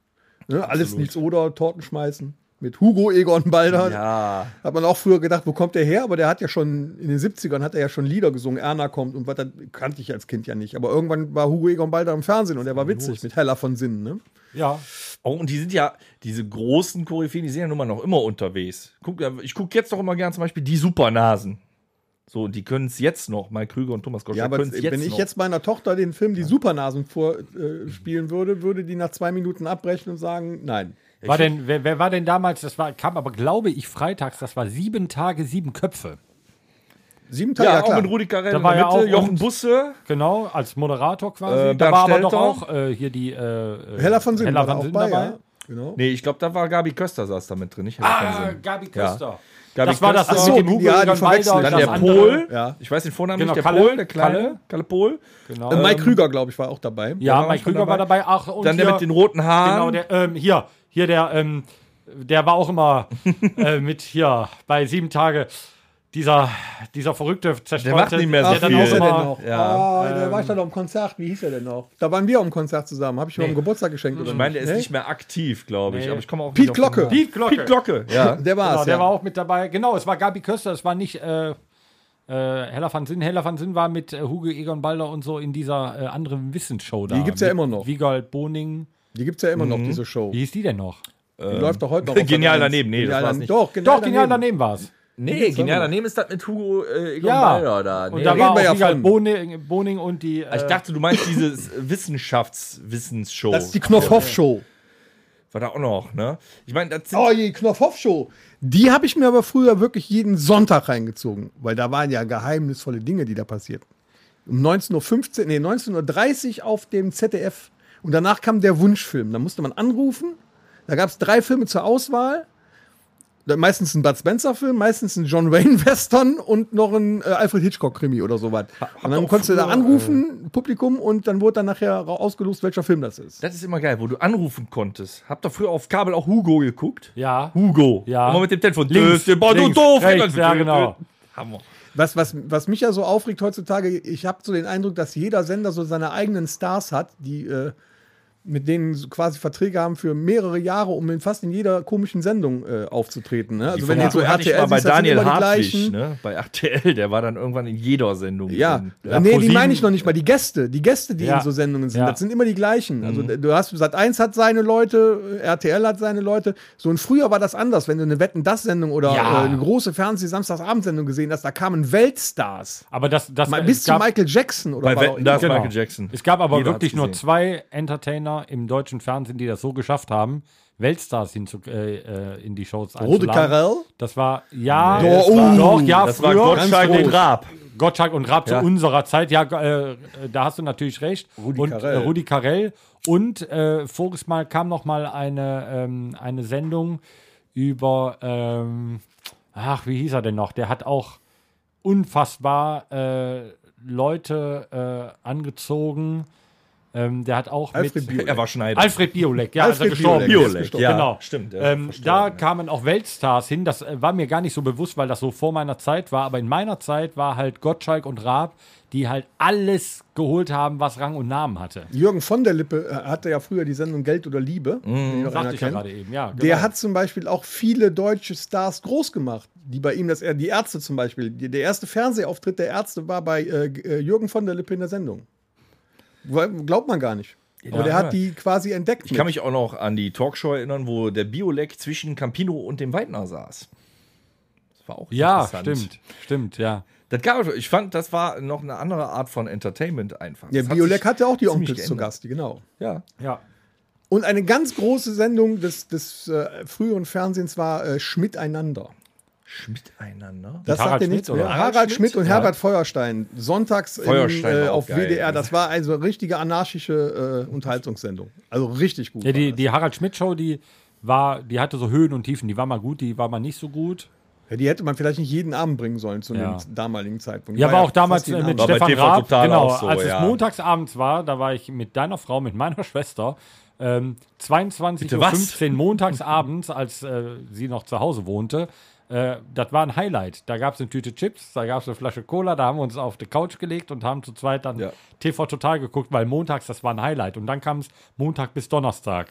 [SPEAKER 4] Ne? Alles nichts oder Torten schmeißen. Mit Hugo Egon Balder.
[SPEAKER 3] ja.
[SPEAKER 4] Hat man auch früher gedacht, wo kommt der her? Aber der hat ja schon, in den 70ern hat er ja schon Lieder gesungen, Erna kommt und was, das kannte ich als Kind ja nicht. Aber irgendwann war Hugo Egon Balder im Fernsehen und er war witzig mit Hella von Sinnen. Ne?
[SPEAKER 2] Ja.
[SPEAKER 3] Oh, und die sind ja, diese großen Koryphäen, die sind ja nun mal noch immer unterwegs. Guck, ich gucke jetzt doch immer gern zum Beispiel die Supernasen. So, die können es jetzt noch. Mike Krüger und Thomas Gottschalk
[SPEAKER 4] Ja, aber
[SPEAKER 3] können es jetzt
[SPEAKER 4] wenn ich
[SPEAKER 3] noch.
[SPEAKER 4] jetzt meiner Tochter den Film Die Supernasen vorspielen würde, würde die nach zwei Minuten abbrechen und sagen, nein.
[SPEAKER 2] War denn, wer, wer war denn damals, das war, kam aber, glaube ich, freitags, das war sieben Tage, sieben Köpfe.
[SPEAKER 4] Sieben Tage,
[SPEAKER 3] ja,
[SPEAKER 4] ja,
[SPEAKER 3] auch
[SPEAKER 4] klar.
[SPEAKER 3] mit Rudi Carell
[SPEAKER 2] Da
[SPEAKER 3] in
[SPEAKER 2] war
[SPEAKER 3] der
[SPEAKER 2] ja
[SPEAKER 3] Mitte,
[SPEAKER 2] auch
[SPEAKER 3] Jochen
[SPEAKER 2] und-
[SPEAKER 3] Busse.
[SPEAKER 2] Genau, als Moderator quasi.
[SPEAKER 3] Äh,
[SPEAKER 2] da
[SPEAKER 3] Bernd
[SPEAKER 2] war aber doch
[SPEAKER 3] Stelter.
[SPEAKER 2] auch äh, hier die äh, äh,
[SPEAKER 4] Hella von Sinnen
[SPEAKER 2] Hella
[SPEAKER 4] war da
[SPEAKER 2] von
[SPEAKER 4] auch
[SPEAKER 2] Sinn
[SPEAKER 4] bei,
[SPEAKER 2] dabei.
[SPEAKER 4] ja. Genau.
[SPEAKER 3] Nee, ich glaube, da war Gabi Köster saß da mit drin. Nicht
[SPEAKER 2] Ah, Gabi Köster.
[SPEAKER 3] Gabi
[SPEAKER 2] das war das
[SPEAKER 4] Köster.
[SPEAKER 2] äh,
[SPEAKER 4] Ach so,
[SPEAKER 2] mit dem Hugo
[SPEAKER 4] ja, die
[SPEAKER 2] Egon Balder
[SPEAKER 4] verwechseln.
[SPEAKER 2] und
[SPEAKER 3] Dann
[SPEAKER 2] das
[SPEAKER 3] der
[SPEAKER 2] andere.
[SPEAKER 3] Pol.
[SPEAKER 4] Ja.
[SPEAKER 3] Ich weiß den Vornamen
[SPEAKER 2] Genau,
[SPEAKER 3] nicht. Der
[SPEAKER 2] Kalle.
[SPEAKER 3] Pol, der Kleine.
[SPEAKER 2] Kalle.
[SPEAKER 3] Kalle, Pol.
[SPEAKER 2] Genau.
[SPEAKER 4] Äh, Mike Krüger, glaube ich, war auch dabei.
[SPEAKER 2] ja,
[SPEAKER 3] war
[SPEAKER 2] Mike
[SPEAKER 3] schon
[SPEAKER 2] Krüger war
[SPEAKER 3] dabei.
[SPEAKER 2] Genau, dabei. Ach, und
[SPEAKER 3] Dann
[SPEAKER 2] hier,
[SPEAKER 3] der mit den roten
[SPEAKER 2] Genau,
[SPEAKER 3] Haaren.
[SPEAKER 2] der, ähm, hier, hier der, ähm, der war auch (laughs) immer äh, mit hier bei sieben Tage. Dieser, dieser verrückte zerstreute,
[SPEAKER 3] macht nicht mehr so
[SPEAKER 4] Ach,
[SPEAKER 2] der dann
[SPEAKER 4] wie
[SPEAKER 3] viel.
[SPEAKER 2] auch
[SPEAKER 4] hieß er denn
[SPEAKER 2] immer-
[SPEAKER 4] noch?
[SPEAKER 3] Ja.
[SPEAKER 4] Ah, da war ich dann auf dem Konzert. Wie hieß er denn noch? Da waren wir auf dem Konzert zusammen. Habe ich mir am Geburtstag geschenkt. Oder ne?
[SPEAKER 3] Ich meine, der ist
[SPEAKER 4] Nee?
[SPEAKER 3] nicht mehr aktiv, glaube ich.
[SPEAKER 2] Nee.
[SPEAKER 3] Aber ich komme auch nicht
[SPEAKER 4] Piet
[SPEAKER 3] auf den
[SPEAKER 4] Glocke.
[SPEAKER 3] Namen.
[SPEAKER 2] Piet Glocke.
[SPEAKER 3] Piet Glocke,
[SPEAKER 4] (laughs)
[SPEAKER 3] ja.
[SPEAKER 4] Der war's,
[SPEAKER 2] Genau, der
[SPEAKER 4] ja.
[SPEAKER 2] war auch mit dabei. Genau, es war Gabi Köster, es war nicht äh, äh, Hella van Sinn. Hella van Sinn war mit äh, Hugo Egon Balder und so in dieser äh, anderen Wissensshow da.
[SPEAKER 4] Die gibt's ja
[SPEAKER 2] Mit
[SPEAKER 4] immer noch.
[SPEAKER 2] Wiegold Boning.
[SPEAKER 4] Die gibt es ja immer noch, diese Show.
[SPEAKER 2] Wie hieß die denn noch?
[SPEAKER 4] Die läuft doch heute noch. auf
[SPEAKER 3] Mhm. (laughs) Genial
[SPEAKER 4] Sat.1.
[SPEAKER 3] daneben, nee, das
[SPEAKER 4] Genial
[SPEAKER 3] war's
[SPEAKER 4] daneben.
[SPEAKER 3] nicht.
[SPEAKER 4] Doch, genial
[SPEAKER 2] Doch, genial daneben war es.
[SPEAKER 3] Nee, genial. Daneben ist das mit Hugo äh, Egon
[SPEAKER 2] Ja.
[SPEAKER 3] Balder da. Nee,
[SPEAKER 2] Und da
[SPEAKER 4] reden
[SPEAKER 2] war auch
[SPEAKER 4] wir ja
[SPEAKER 2] Wiegold
[SPEAKER 4] von.
[SPEAKER 2] Boning, Boning und die.
[SPEAKER 3] Ah, ich
[SPEAKER 2] äh,
[SPEAKER 3] dachte, du meinst
[SPEAKER 4] (laughs)
[SPEAKER 3] dieses Wissenschaftswissensshow.
[SPEAKER 4] Das ist die Knopfhoff-Show.
[SPEAKER 3] War da auch noch, ne? Ich meine, das sind
[SPEAKER 4] Oh, die Knopfhoff-Show. Die habe ich mir aber früher wirklich jeden Sonntag reingezogen, weil da waren ja geheimnisvolle Dinge, die da passierten. Um 19.15 Uhr, nee, 19.30 Uhr auf dem ZDF. Und danach kam der Wunschfilm. Da musste man anrufen. Da gab es drei Filme zur Auswahl. Da- Meistens ein Bud Spencer-Film, meistens ein John Wayne-Western und noch ein äh, Alfred Hitchcock-Krimi oder sowas. Und dann
[SPEAKER 3] auch
[SPEAKER 4] konntest du da
[SPEAKER 3] früher, äh,
[SPEAKER 4] anrufen, Publikum, und dann wurde dann nachher ra- ausgelost, welcher Film das ist.
[SPEAKER 3] Das ist immer geil, wo du anrufen konntest. Habt ihr früher auf Kabel auch Hugo geguckt?
[SPEAKER 2] Ja.
[SPEAKER 3] Hugo.
[SPEAKER 2] Ja.
[SPEAKER 3] Immer mit dem Telefon.
[SPEAKER 2] Links,
[SPEAKER 3] Dö, dö, boah,
[SPEAKER 2] links,
[SPEAKER 3] du doof.
[SPEAKER 2] rechts, ja, genau.
[SPEAKER 3] Hammer.
[SPEAKER 4] Was, was, was mich ja so aufregt heutzutage, ich habe so den Eindruck, dass jeder Sender so seine eigenen Stars hat, die äh, mit denen so quasi Verträge haben für mehrere Jahre, um in fast in jeder komischen Sendung äh, aufzutreten. Ne? Also wenn jetzt so RTL
[SPEAKER 3] war bei
[SPEAKER 4] siehst, das sind
[SPEAKER 3] Daniel
[SPEAKER 4] immer die
[SPEAKER 3] Hartwig,
[SPEAKER 4] gleichen.
[SPEAKER 3] ne? Äh, bei RTL, der war dann irgendwann in jeder Sendung.
[SPEAKER 4] Ja,
[SPEAKER 3] drin.
[SPEAKER 4] nee, die
[SPEAKER 2] ProSieben-
[SPEAKER 4] meine ich noch nicht mal. Die Gäste, die Gäste, die
[SPEAKER 2] Ja.
[SPEAKER 4] in so Sendungen sind,
[SPEAKER 2] Ja.
[SPEAKER 4] das sind immer die gleichen. Also
[SPEAKER 3] Mhm.
[SPEAKER 4] du hast Sat 1 hat seine Leute, RTL hat seine Leute. So und früher war das anders, wenn du eine Wetten das Sendung oder
[SPEAKER 2] Ja.
[SPEAKER 4] äh, eine große Fernseh Samstagsabendsendung gesehen hast, da kamen Weltstars.
[SPEAKER 2] Aber das, das
[SPEAKER 4] Mal
[SPEAKER 2] es
[SPEAKER 4] bis zu
[SPEAKER 2] gab-
[SPEAKER 4] Michael Jackson oder
[SPEAKER 3] Bei
[SPEAKER 4] war
[SPEAKER 3] Wetten, da ist
[SPEAKER 4] auch-
[SPEAKER 2] Genau.
[SPEAKER 3] Michael Jackson.
[SPEAKER 2] Es gab aber
[SPEAKER 3] Jeder
[SPEAKER 2] wirklich
[SPEAKER 3] hat's
[SPEAKER 2] nur
[SPEAKER 3] gesehen.
[SPEAKER 2] zwei Entertainer im deutschen Fernsehen, die das so geschafft haben, Weltstars hinzu, äh, äh, in die Shows
[SPEAKER 4] Rode Karel.
[SPEAKER 2] Das war, ja,
[SPEAKER 4] Nee,
[SPEAKER 2] das
[SPEAKER 4] das
[SPEAKER 2] war,
[SPEAKER 4] war-
[SPEAKER 2] doch, ja,
[SPEAKER 3] Das war
[SPEAKER 2] früher.
[SPEAKER 3] Gottschalk
[SPEAKER 4] ganz
[SPEAKER 3] und
[SPEAKER 4] groß.
[SPEAKER 3] Raab.
[SPEAKER 2] Gottschalk und Raab
[SPEAKER 3] Ja.
[SPEAKER 2] zu unserer Zeit, ja, äh, äh, da hast du natürlich recht.
[SPEAKER 4] Rudi
[SPEAKER 2] und
[SPEAKER 4] Carrell.
[SPEAKER 2] Äh, Rudi Carell. Und äh, voriges Mal kam noch mal eine, ähm, eine Sendung über, ähm, ach, wie hieß er denn noch? Der hat auch unfassbar äh, Leute äh, angezogen. Ähm, der hat auch
[SPEAKER 4] Alfred
[SPEAKER 2] mit
[SPEAKER 3] (laughs)
[SPEAKER 4] Biolek.
[SPEAKER 3] Er war Schneider.
[SPEAKER 2] Alfred Biolek, ja, als er
[SPEAKER 4] Alfred
[SPEAKER 2] gestorben.
[SPEAKER 4] Biolek.
[SPEAKER 2] ist.
[SPEAKER 4] Biolek,
[SPEAKER 3] ja.
[SPEAKER 2] Genau.
[SPEAKER 3] Stimmt. er ist
[SPEAKER 2] Ähm, da
[SPEAKER 3] verstorben, ja.
[SPEAKER 2] kamen auch Weltstars hin. Das äh, war mir gar nicht so bewusst, weil das so vor meiner Zeit war. Aber in meiner Zeit war halt Gottschalk und Raab, die halt alles geholt haben, was Rang und Namen hatte.
[SPEAKER 4] Jürgen von der Lippe äh, hatte ja früher die Sendung Geld oder Liebe,
[SPEAKER 3] Mhm.
[SPEAKER 4] die noch einer
[SPEAKER 2] Sagte ich ja
[SPEAKER 4] kennt.
[SPEAKER 2] gerade eben, ja. Genau.
[SPEAKER 4] Der hat zum Beispiel auch viele deutsche Stars groß gemacht, die bei ihm, das, äh, die Ärzte zum Beispiel. Die, der erste Fernsehauftritt der Ärzte war bei äh, G- äh, Jürgen von der Lippe in der Sendung. Weil- Glaubt man gar nicht. Aber der hat die quasi entdeckt.
[SPEAKER 3] Ich kann mich auch noch an die Talkshow erinnern, wo der Biolek zwischen Campino und dem Weidner saß. Das war auch
[SPEAKER 2] ja,
[SPEAKER 3] interessant.
[SPEAKER 2] stimmt. Stimmt, ja.
[SPEAKER 3] Das gab, ich fand, das war noch eine andere Art von Entertainment einfach.
[SPEAKER 4] der
[SPEAKER 3] Das hat
[SPEAKER 4] Biolek
[SPEAKER 3] sich
[SPEAKER 4] hatte auch die
[SPEAKER 3] ziemlich
[SPEAKER 4] Onkels zu
[SPEAKER 3] geändert.
[SPEAKER 4] Gast, genau.
[SPEAKER 3] Ja.
[SPEAKER 2] Ja.
[SPEAKER 4] Und eine ganz große Sendung des, des äh, früheren Fernsehens war äh, Schmiteinander.
[SPEAKER 3] Miteinander.
[SPEAKER 4] Das
[SPEAKER 2] Harald
[SPEAKER 4] sagt dir
[SPEAKER 2] Schmidt,
[SPEAKER 4] nichts
[SPEAKER 2] oder?
[SPEAKER 4] mehr.
[SPEAKER 3] Harald
[SPEAKER 4] Harald,
[SPEAKER 3] Schmidt?
[SPEAKER 4] Schmidt, und
[SPEAKER 3] Ja.
[SPEAKER 4] Herbert Feuerstein. Sonntags
[SPEAKER 3] Feuerstein
[SPEAKER 4] in,
[SPEAKER 3] war
[SPEAKER 4] äh,
[SPEAKER 3] auch
[SPEAKER 4] auf
[SPEAKER 3] geil. ne?
[SPEAKER 4] WDR. Das war also eine richtige anarchische äh, Unterhaltungssendung. Also richtig gut.
[SPEAKER 2] ja
[SPEAKER 4] war
[SPEAKER 2] die,
[SPEAKER 4] das.
[SPEAKER 2] die Harald Schmidt-Show, die war, die hatte so Höhen und Tiefen. Die war mal gut, die war mal nicht so gut.
[SPEAKER 4] Ja, die hätte man vielleicht nicht jeden Abend bringen sollen zu
[SPEAKER 2] Ja.
[SPEAKER 4] dem damaligen Zeitpunkt.
[SPEAKER 2] Ja, war auch
[SPEAKER 4] fast
[SPEAKER 2] damals
[SPEAKER 4] jeden
[SPEAKER 2] äh,
[SPEAKER 4] Abend.
[SPEAKER 2] mit
[SPEAKER 3] War bei
[SPEAKER 2] Stefan
[SPEAKER 3] TV
[SPEAKER 2] Raab.
[SPEAKER 3] Total
[SPEAKER 2] Genau,
[SPEAKER 3] auch so,
[SPEAKER 2] als es
[SPEAKER 3] ja.
[SPEAKER 2] montagsabends war, da war ich mit deiner Frau, mit meiner (laughs) Schwester, ähm,
[SPEAKER 3] Bitte was?
[SPEAKER 2] 22.15 Uhr montagsabends, als äh, sie noch zu Hause wohnte. Äh, das war ein Highlight. Da gab es eine Tüte Chips, da gab es eine Flasche Cola, da haben wir uns auf die Couch gelegt und haben zu zweit dann
[SPEAKER 3] Ja.
[SPEAKER 2] TV Total geguckt, weil montags, das war ein Highlight. Und dann kam es Montag bis Donnerstag.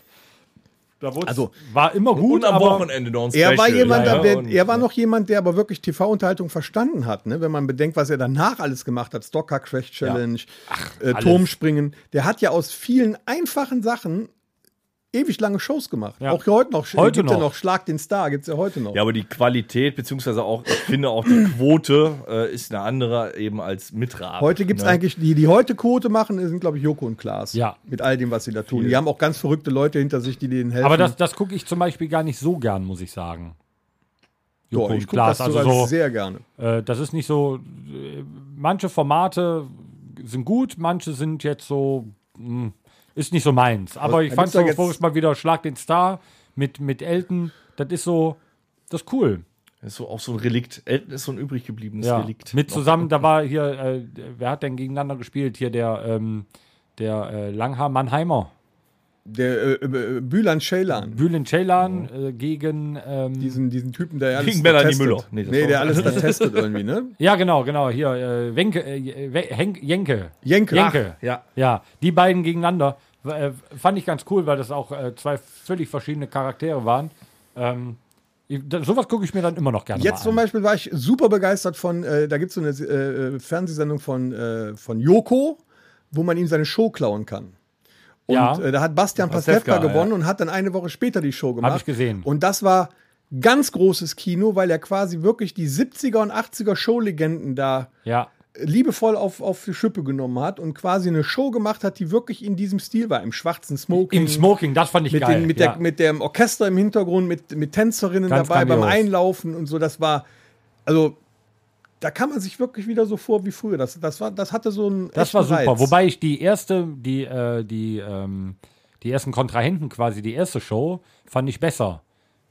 [SPEAKER 2] Da wurd's-
[SPEAKER 4] Also,
[SPEAKER 2] war immer gut,
[SPEAKER 3] Und am
[SPEAKER 2] aber
[SPEAKER 3] Wochenende noch ein
[SPEAKER 4] Er war,
[SPEAKER 3] Special.
[SPEAKER 4] jemand,
[SPEAKER 3] Ja, ja.
[SPEAKER 4] der,
[SPEAKER 3] Und-
[SPEAKER 4] er war noch jemand, der aber wirklich TV-Unterhaltung verstanden hat, ne? wenn man bedenkt, was er danach alles gemacht hat. Stocker Crash Challenge, äh,
[SPEAKER 2] alles.
[SPEAKER 4] Turmspringen. Der hat ja aus vielen einfachen Sachen ewig lange Shows gemacht.
[SPEAKER 2] Ja.
[SPEAKER 4] Auch heute noch.
[SPEAKER 2] Heute
[SPEAKER 4] gibt's
[SPEAKER 2] noch.
[SPEAKER 4] Ja noch. Schlag den Star gibt es ja heute noch.
[SPEAKER 3] Ja, aber die Qualität, beziehungsweise auch, ich finde auch die Quote äh, ist eine andere eben als ne? mit Raab.
[SPEAKER 4] Heute gibt es eigentlich, die, die heute Quote machen, sind, glaube ich, Joko und Klaas.
[SPEAKER 2] Ne? Ja.
[SPEAKER 4] Mit all dem, was sie da tun. Die haben auch ganz verrückte Leute hinter sich, die denen helfen.
[SPEAKER 2] aber das, das gucke ich zum Beispiel gar nicht so gern, muss ich sagen.
[SPEAKER 4] Doch,
[SPEAKER 2] und
[SPEAKER 4] ich gucke
[SPEAKER 2] Klaas,
[SPEAKER 4] das
[SPEAKER 2] also
[SPEAKER 4] sogar
[SPEAKER 2] so-
[SPEAKER 4] sehr gerne.
[SPEAKER 2] Äh, das ist nicht so. äh, Manche Formate sind gut, manche sind jetzt so. Mh, ist nicht so meins. Aber ich
[SPEAKER 4] da
[SPEAKER 2] fand
[SPEAKER 4] gibt's
[SPEAKER 2] so
[SPEAKER 4] doch jetzt-
[SPEAKER 2] voriges Mal wieder Schlag den Star mit, mit Elton. Das ist so. Das ist cool.
[SPEAKER 3] Das ist so, auch so ein Relikt. Elton ist so ein übrig gebliebenes
[SPEAKER 2] Ja.
[SPEAKER 3] Relikt.
[SPEAKER 2] Mit
[SPEAKER 3] Noch.
[SPEAKER 2] zusammen, da war hier, äh, wer hat denn gegeneinander gespielt? Hier der, ähm, der äh, Langhaar Mannheimer.
[SPEAKER 4] Der äh, äh, Bülent Ceylan.
[SPEAKER 2] Bülent Ceylan äh, gegen. Ähm,
[SPEAKER 4] diesen, diesen Typen, der alles
[SPEAKER 3] Gegen Melanie
[SPEAKER 4] testet.
[SPEAKER 3] Müller. Nee,
[SPEAKER 4] Nee,
[SPEAKER 3] das war-
[SPEAKER 4] der alles das testet irgendwie, ne?
[SPEAKER 2] (laughs) ja, genau, genau. Hier, äh, Wenke, äh, We- Henk, Jenke.
[SPEAKER 4] Jenke.
[SPEAKER 2] Jenke.
[SPEAKER 3] Ja.
[SPEAKER 2] Ja, die beiden gegeneinander w- äh, fand ich ganz cool, weil das auch äh, zwei völlig verschiedene Charaktere waren. Ähm, ich, da, sowas gucke ich mir dann immer noch gerne
[SPEAKER 4] Jetzt
[SPEAKER 2] mal
[SPEAKER 4] zum
[SPEAKER 2] an.
[SPEAKER 4] Beispiel war ich super begeistert von, äh, da gibt es so eine äh, äh, Fernsehsendung von, äh, von Joko, wo man ihm seine Show klauen kann. Und
[SPEAKER 2] Ja.
[SPEAKER 4] äh, da hat Bastian
[SPEAKER 3] Pastewka,
[SPEAKER 4] Pastewka, gewonnen und hat dann eine Woche später die Show gemacht.
[SPEAKER 2] ich gesehen.
[SPEAKER 4] Und das war ganz großes Kino, weil er quasi wirklich die 70er und 80er Showlegenden da
[SPEAKER 2] Ja,
[SPEAKER 4] liebevoll auf, auf die Schippe genommen hat und quasi eine Show gemacht hat, die wirklich in diesem Stil war, im schwarzen Smoking.
[SPEAKER 2] im Smoking, das fand ich
[SPEAKER 4] mit,
[SPEAKER 2] geil.
[SPEAKER 4] den, mit,
[SPEAKER 2] ja.
[SPEAKER 4] der, mit dem Orchester im Hintergrund, mit, mit Tänzerinnen
[SPEAKER 2] Ganz
[SPEAKER 4] dabei beim
[SPEAKER 2] grandios.
[SPEAKER 4] Einlaufen und so. Das war, also, da kam man sich wirklich wieder so vor wie früher. Das, das, war, das hatte so einen.
[SPEAKER 2] das
[SPEAKER 4] echten
[SPEAKER 2] war super.
[SPEAKER 4] Reiz.
[SPEAKER 2] Wobei ich die erste, die, äh, die, ähm, die ersten Kontrahenten quasi, die erste Show, fand ich besser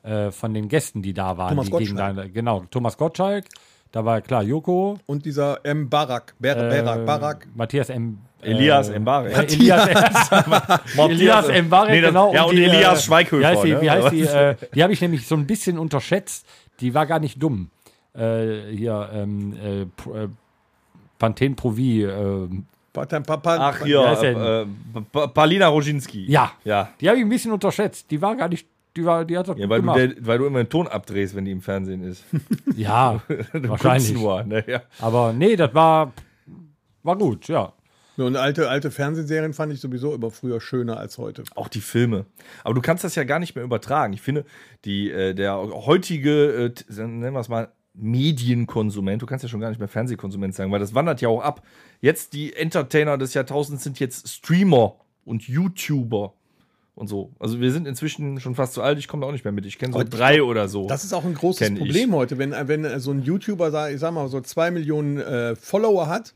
[SPEAKER 2] äh, von den Gästen, die da waren.
[SPEAKER 4] Thomas
[SPEAKER 2] die gegeneinander- genau, Thomas Gottschalk, da war klar Joko,
[SPEAKER 4] Und dieser M. Barak, Ber
[SPEAKER 2] äh,
[SPEAKER 4] Berak, Barak.
[SPEAKER 2] Matthias M. äh,
[SPEAKER 3] Elias Mbare.
[SPEAKER 2] Äh, Elias M. Elias M. Barek,
[SPEAKER 3] also- äh, Nee, das-
[SPEAKER 2] genau.
[SPEAKER 3] Ja, und,
[SPEAKER 2] die,
[SPEAKER 3] Elias
[SPEAKER 2] äh,
[SPEAKER 3] Schweighöfer.
[SPEAKER 2] Wie heißt die?
[SPEAKER 3] ne?
[SPEAKER 2] Wie heißt die,
[SPEAKER 3] Aber-
[SPEAKER 2] äh, die habe ich nämlich so ein bisschen unterschätzt. Die war gar nicht dumm. Äh, hier, ähm, äh, P- äh, Pantene Provi, äh,
[SPEAKER 4] Part -time, part -time,
[SPEAKER 3] (laughs) Ach
[SPEAKER 4] part-
[SPEAKER 2] wer ist
[SPEAKER 3] hier,
[SPEAKER 2] denn?
[SPEAKER 3] äh, äh, Pa- Palina Roginski.
[SPEAKER 2] Ja.
[SPEAKER 3] Ja.
[SPEAKER 2] Die habe ich ein bisschen unterschätzt. Die war gar nicht. Die, war, die hat das
[SPEAKER 3] Ja,
[SPEAKER 2] gut
[SPEAKER 3] weil du,
[SPEAKER 2] gemacht.
[SPEAKER 3] der, weil du immer den Ton abdrehst, wenn die im Fernsehen ist.
[SPEAKER 2] ja,
[SPEAKER 3] (laughs) Du
[SPEAKER 2] wahrscheinlich.
[SPEAKER 3] guckst Nur, ne? ja.
[SPEAKER 2] Aber nee, das war, war gut, ja.
[SPEAKER 4] Ja, Und alte, alte Fernsehserien fand ich sowieso immer früher schöner als heute.
[SPEAKER 3] Auch die Filme. Aber du kannst das ja gar nicht mehr übertragen. Ich finde, die, äh, der heutige, äh, t- nennen wir es mal, Medienkonsument, du kannst ja schon gar nicht mehr Fernsehkonsument sagen, weil das wandert ja auch ab. Jetzt die Entertainer des Jahrtausends sind jetzt Streamer und YouTuber und so. Also wir sind inzwischen schon fast zu alt, ich komme da auch nicht mehr mit. Ich kenne so
[SPEAKER 4] Aber ich
[SPEAKER 3] drei oder so.
[SPEAKER 4] Das ist auch ein großes
[SPEAKER 3] Kenn ich.
[SPEAKER 4] Problem heute, wenn, wenn so ein YouTuber, sag- ich sag mal, so zwei Millionen äh, Follower hat,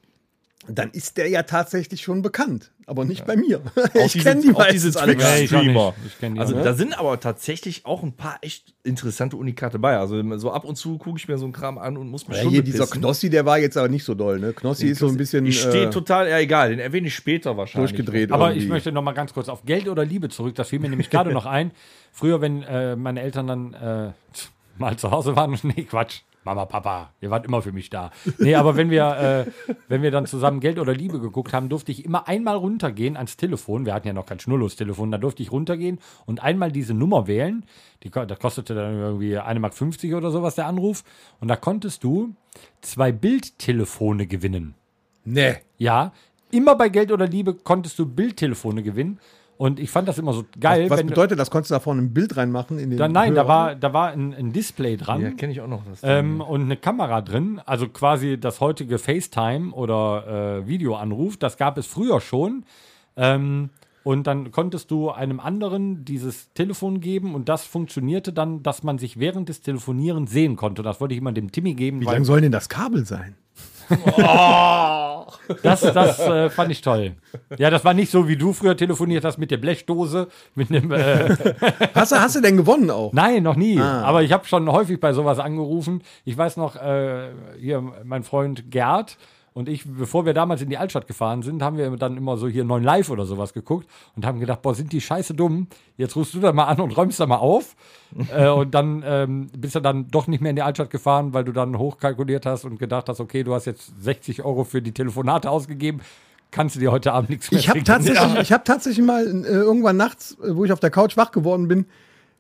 [SPEAKER 4] dann ist der ja tatsächlich schon bekannt. Aber nicht bei mir. (laughs)
[SPEAKER 3] Auch
[SPEAKER 4] ich
[SPEAKER 3] diese-
[SPEAKER 4] kenne die
[SPEAKER 3] auch diese
[SPEAKER 4] meistens alle
[SPEAKER 3] Twitch-
[SPEAKER 4] gar nicht.
[SPEAKER 2] ich auch nicht.
[SPEAKER 3] Streamer.
[SPEAKER 2] Ich kenn die
[SPEAKER 3] Also
[SPEAKER 4] ne?
[SPEAKER 2] auch
[SPEAKER 3] da sind aber tatsächlich auch ein paar echt interessante Unikate bei. Also so ab und zu gucke ich mir so einen Kram an und muss mich
[SPEAKER 4] Ja,
[SPEAKER 3] schon
[SPEAKER 4] hier dieser
[SPEAKER 3] bepissen.
[SPEAKER 4] Knossi, der war jetzt aber nicht so doll, ne? Knossi ist so ein bisschen
[SPEAKER 3] Ich stehe
[SPEAKER 4] äh,
[SPEAKER 3] total, ja egal, den erwähne ich später wahrscheinlich.
[SPEAKER 4] durchgedreht.
[SPEAKER 2] Aber
[SPEAKER 4] irgendwie.
[SPEAKER 2] ich möchte noch mal ganz kurz auf Geld oder Liebe zurück. Das fiel mir nämlich gerade noch ein. Früher, wenn äh, meine Eltern dann äh, (laughs) mal zu Hause waren, (laughs) nee, Quatsch. Mama, Papa, ihr wart immer für mich da. Nee, aber wenn wir, äh, wenn wir dann zusammen Geld oder Liebe geguckt haben, durfte ich immer einmal runtergehen ans Telefon. Wir hatten ja noch kein Schnurlos-Telefon. Da durfte ich runtergehen und einmal diese Nummer wählen. Die, ko- das kostete dann irgendwie 1,50 Mark oder sowas, der Anruf. Und da konntest du zwei Bildtelefone gewinnen.
[SPEAKER 4] Nee.
[SPEAKER 2] Ja, immer bei Geld oder Liebe konntest du Bildtelefone gewinnen. Und ich fand das immer so geil.
[SPEAKER 4] Was
[SPEAKER 2] wenn du-
[SPEAKER 4] bedeutet das? Konntest du da vorne ein Bild reinmachen? In den
[SPEAKER 2] da, nein, da
[SPEAKER 4] Hörer?
[SPEAKER 2] war, da war ein, ein Display dran
[SPEAKER 3] Ja, kenne ich auch noch das.
[SPEAKER 2] ähm, und eine Kamera drin. Also quasi das heutige FaceTime oder äh, Videoanruf. Das gab es früher schon. Ähm, und dann konntest du einem anderen dieses Telefon geben und das funktionierte dann, dass man sich während des Telefonierens sehen konnte. Das wollte ich immer dem Timmy geben,
[SPEAKER 4] Wie lang soll denn das Kabel sein?
[SPEAKER 2] Das, das äh, fand ich toll. Ja, das war nicht so, wie du früher telefoniert hast mit der Blechdose, mit einem. Äh,
[SPEAKER 4] Hast du, hast du denn gewonnen auch?
[SPEAKER 2] nein, noch nie.
[SPEAKER 4] Ah.
[SPEAKER 2] Aber ich habe schon häufig bei sowas angerufen. Ich weiß noch, äh, hier mein Freund Gerd und ich, bevor wir damals in die Altstadt gefahren sind, haben wir dann immer so hier neun Live oder sowas geguckt und haben gedacht, boah, sind die scheiße dumm. Jetzt rufst du da mal an und räumst da mal
[SPEAKER 4] (laughs)
[SPEAKER 2] auf. äh, und dann ähm, bist du dann doch nicht mehr in die Altstadt gefahren, weil du dann hochkalkuliert hast und gedacht hast, okay, du hast jetzt 60 Euro für die Telefonate ausgegeben. Kannst du dir heute Abend nichts mehr
[SPEAKER 4] Ich habe
[SPEAKER 2] trinken.
[SPEAKER 4] tatsächlich, ich hab tatsächlich mal äh, irgendwann nachts, äh, wo ich auf der Couch wach geworden bin,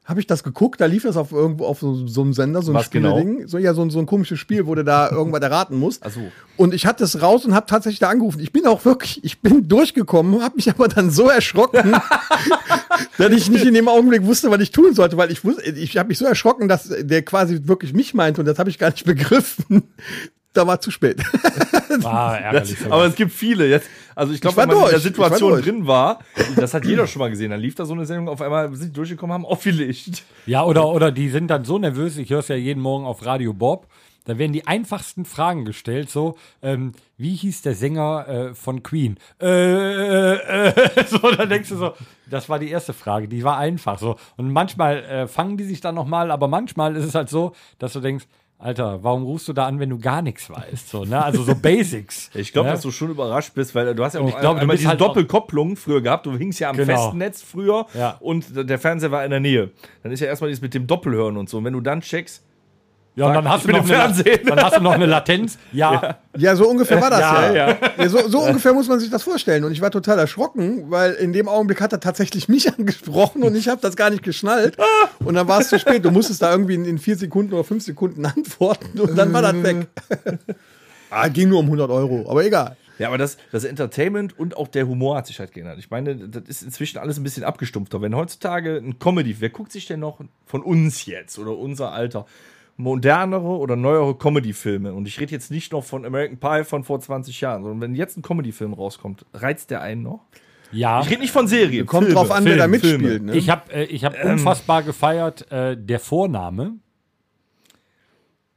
[SPEAKER 4] habe ich das geguckt. Da lief das auf irgendwo auf so, so einem Sender, so ein
[SPEAKER 3] Was
[SPEAKER 4] Spielding. So, ja, so, ein- so ein komisches Spiel, wo du da irgendwas erraten musst.
[SPEAKER 3] Ach so.
[SPEAKER 4] Und ich hatte es raus und habe tatsächlich da angerufen. Ich bin auch wirklich, ich bin durchgekommen, habe mich aber dann so erschrocken, dass ich nicht in dem Augenblick wusste, was ich tun sollte, weil ich wusste, ich habe mich so erschrocken, dass der quasi wirklich mich meinte und das habe ich gar nicht begriffen. Da war zu spät.
[SPEAKER 2] War ärgerlich. sowas.
[SPEAKER 3] aber es gibt viele. Jetzt, also ich glaube,
[SPEAKER 4] Ich war
[SPEAKER 3] wenn man in der
[SPEAKER 4] durch, ich war
[SPEAKER 3] Situation
[SPEAKER 4] durch.
[SPEAKER 3] drin war, das hat jeder schon mal gesehen, dann lief da so eine Sendung, auf einmal sind die durchgekommen, haben aufgelegt.
[SPEAKER 2] Ja, oder, oder die sind dann so nervös, ich höre es ja jeden Morgen auf Radio Bob, da werden die einfachsten Fragen gestellt, so, ähm, wie hieß der Sänger äh, von Queen? Äh, äh, äh, (laughs) so, dann denkst du so, das war die erste Frage, die war einfach so. Und manchmal äh, fangen die sich dann nochmal, aber manchmal ist es halt so, dass du denkst, Alter, warum rufst du da an, wenn du gar nichts weißt? So, ne? Also so Basics.
[SPEAKER 3] Ich glaube,
[SPEAKER 2] ne?
[SPEAKER 3] dass du schon überrascht bist, weil du hast ja auch
[SPEAKER 2] ich glaub, du
[SPEAKER 3] einmal
[SPEAKER 2] bist
[SPEAKER 3] diese
[SPEAKER 2] halt auch-
[SPEAKER 3] Doppelkopplung früher gehabt. Du hingst ja am
[SPEAKER 2] Genau.
[SPEAKER 3] festen Netz früher
[SPEAKER 2] Ja.
[SPEAKER 3] und d- der Fernseher war in der Nähe. Dann ist ja erstmal dieses mit dem Doppelhören und so. Und wenn du dann checkst,
[SPEAKER 2] ja, und dann
[SPEAKER 3] Sag,
[SPEAKER 2] hast,
[SPEAKER 3] ich
[SPEAKER 2] du
[SPEAKER 3] bin
[SPEAKER 2] noch
[SPEAKER 3] im
[SPEAKER 2] eine,
[SPEAKER 3] Fernsehen.
[SPEAKER 2] dann hast du noch eine
[SPEAKER 3] (laughs)
[SPEAKER 2] Latenz. ja.
[SPEAKER 4] Ja, so ungefähr war das
[SPEAKER 2] Ja,
[SPEAKER 4] ja. ja. so, so ungefähr muss man sich das vorstellen. Und ich war total erschrocken, weil in dem Augenblick hat er tatsächlich mich (laughs) angesprochen und ich habe das gar nicht geschnallt. Und dann war es zu spät. Du musstest da irgendwie in, in vier Sekunden oder fünf Sekunden antworten und dann war das weg. (laughs) ah, ging nur um 100 Euro, aber egal.
[SPEAKER 3] Ja, aber das, das Entertainment und auch der Humor hat sich halt geändert. Ich meine, das ist inzwischen alles ein bisschen abgestumpfter. Wenn heutzutage ein Comedy, wer guckt sich denn noch von uns jetzt oder unser Alter modernere oder neuere Comedy-Filme? Und ich rede jetzt nicht noch von American Pie von vor 20 Jahren, sondern wenn jetzt ein Comedy-Film rauskommt, reizt der einen noch?
[SPEAKER 2] ja.
[SPEAKER 3] Ich rede nicht von Serien.
[SPEAKER 4] Kommt
[SPEAKER 3] Filme,
[SPEAKER 4] drauf an, wer da
[SPEAKER 3] Filme,
[SPEAKER 4] mitspielt.
[SPEAKER 3] Filme.
[SPEAKER 4] Ne?
[SPEAKER 2] Ich habe äh, ich hab unfassbar gefeiert, äh, der Vorname.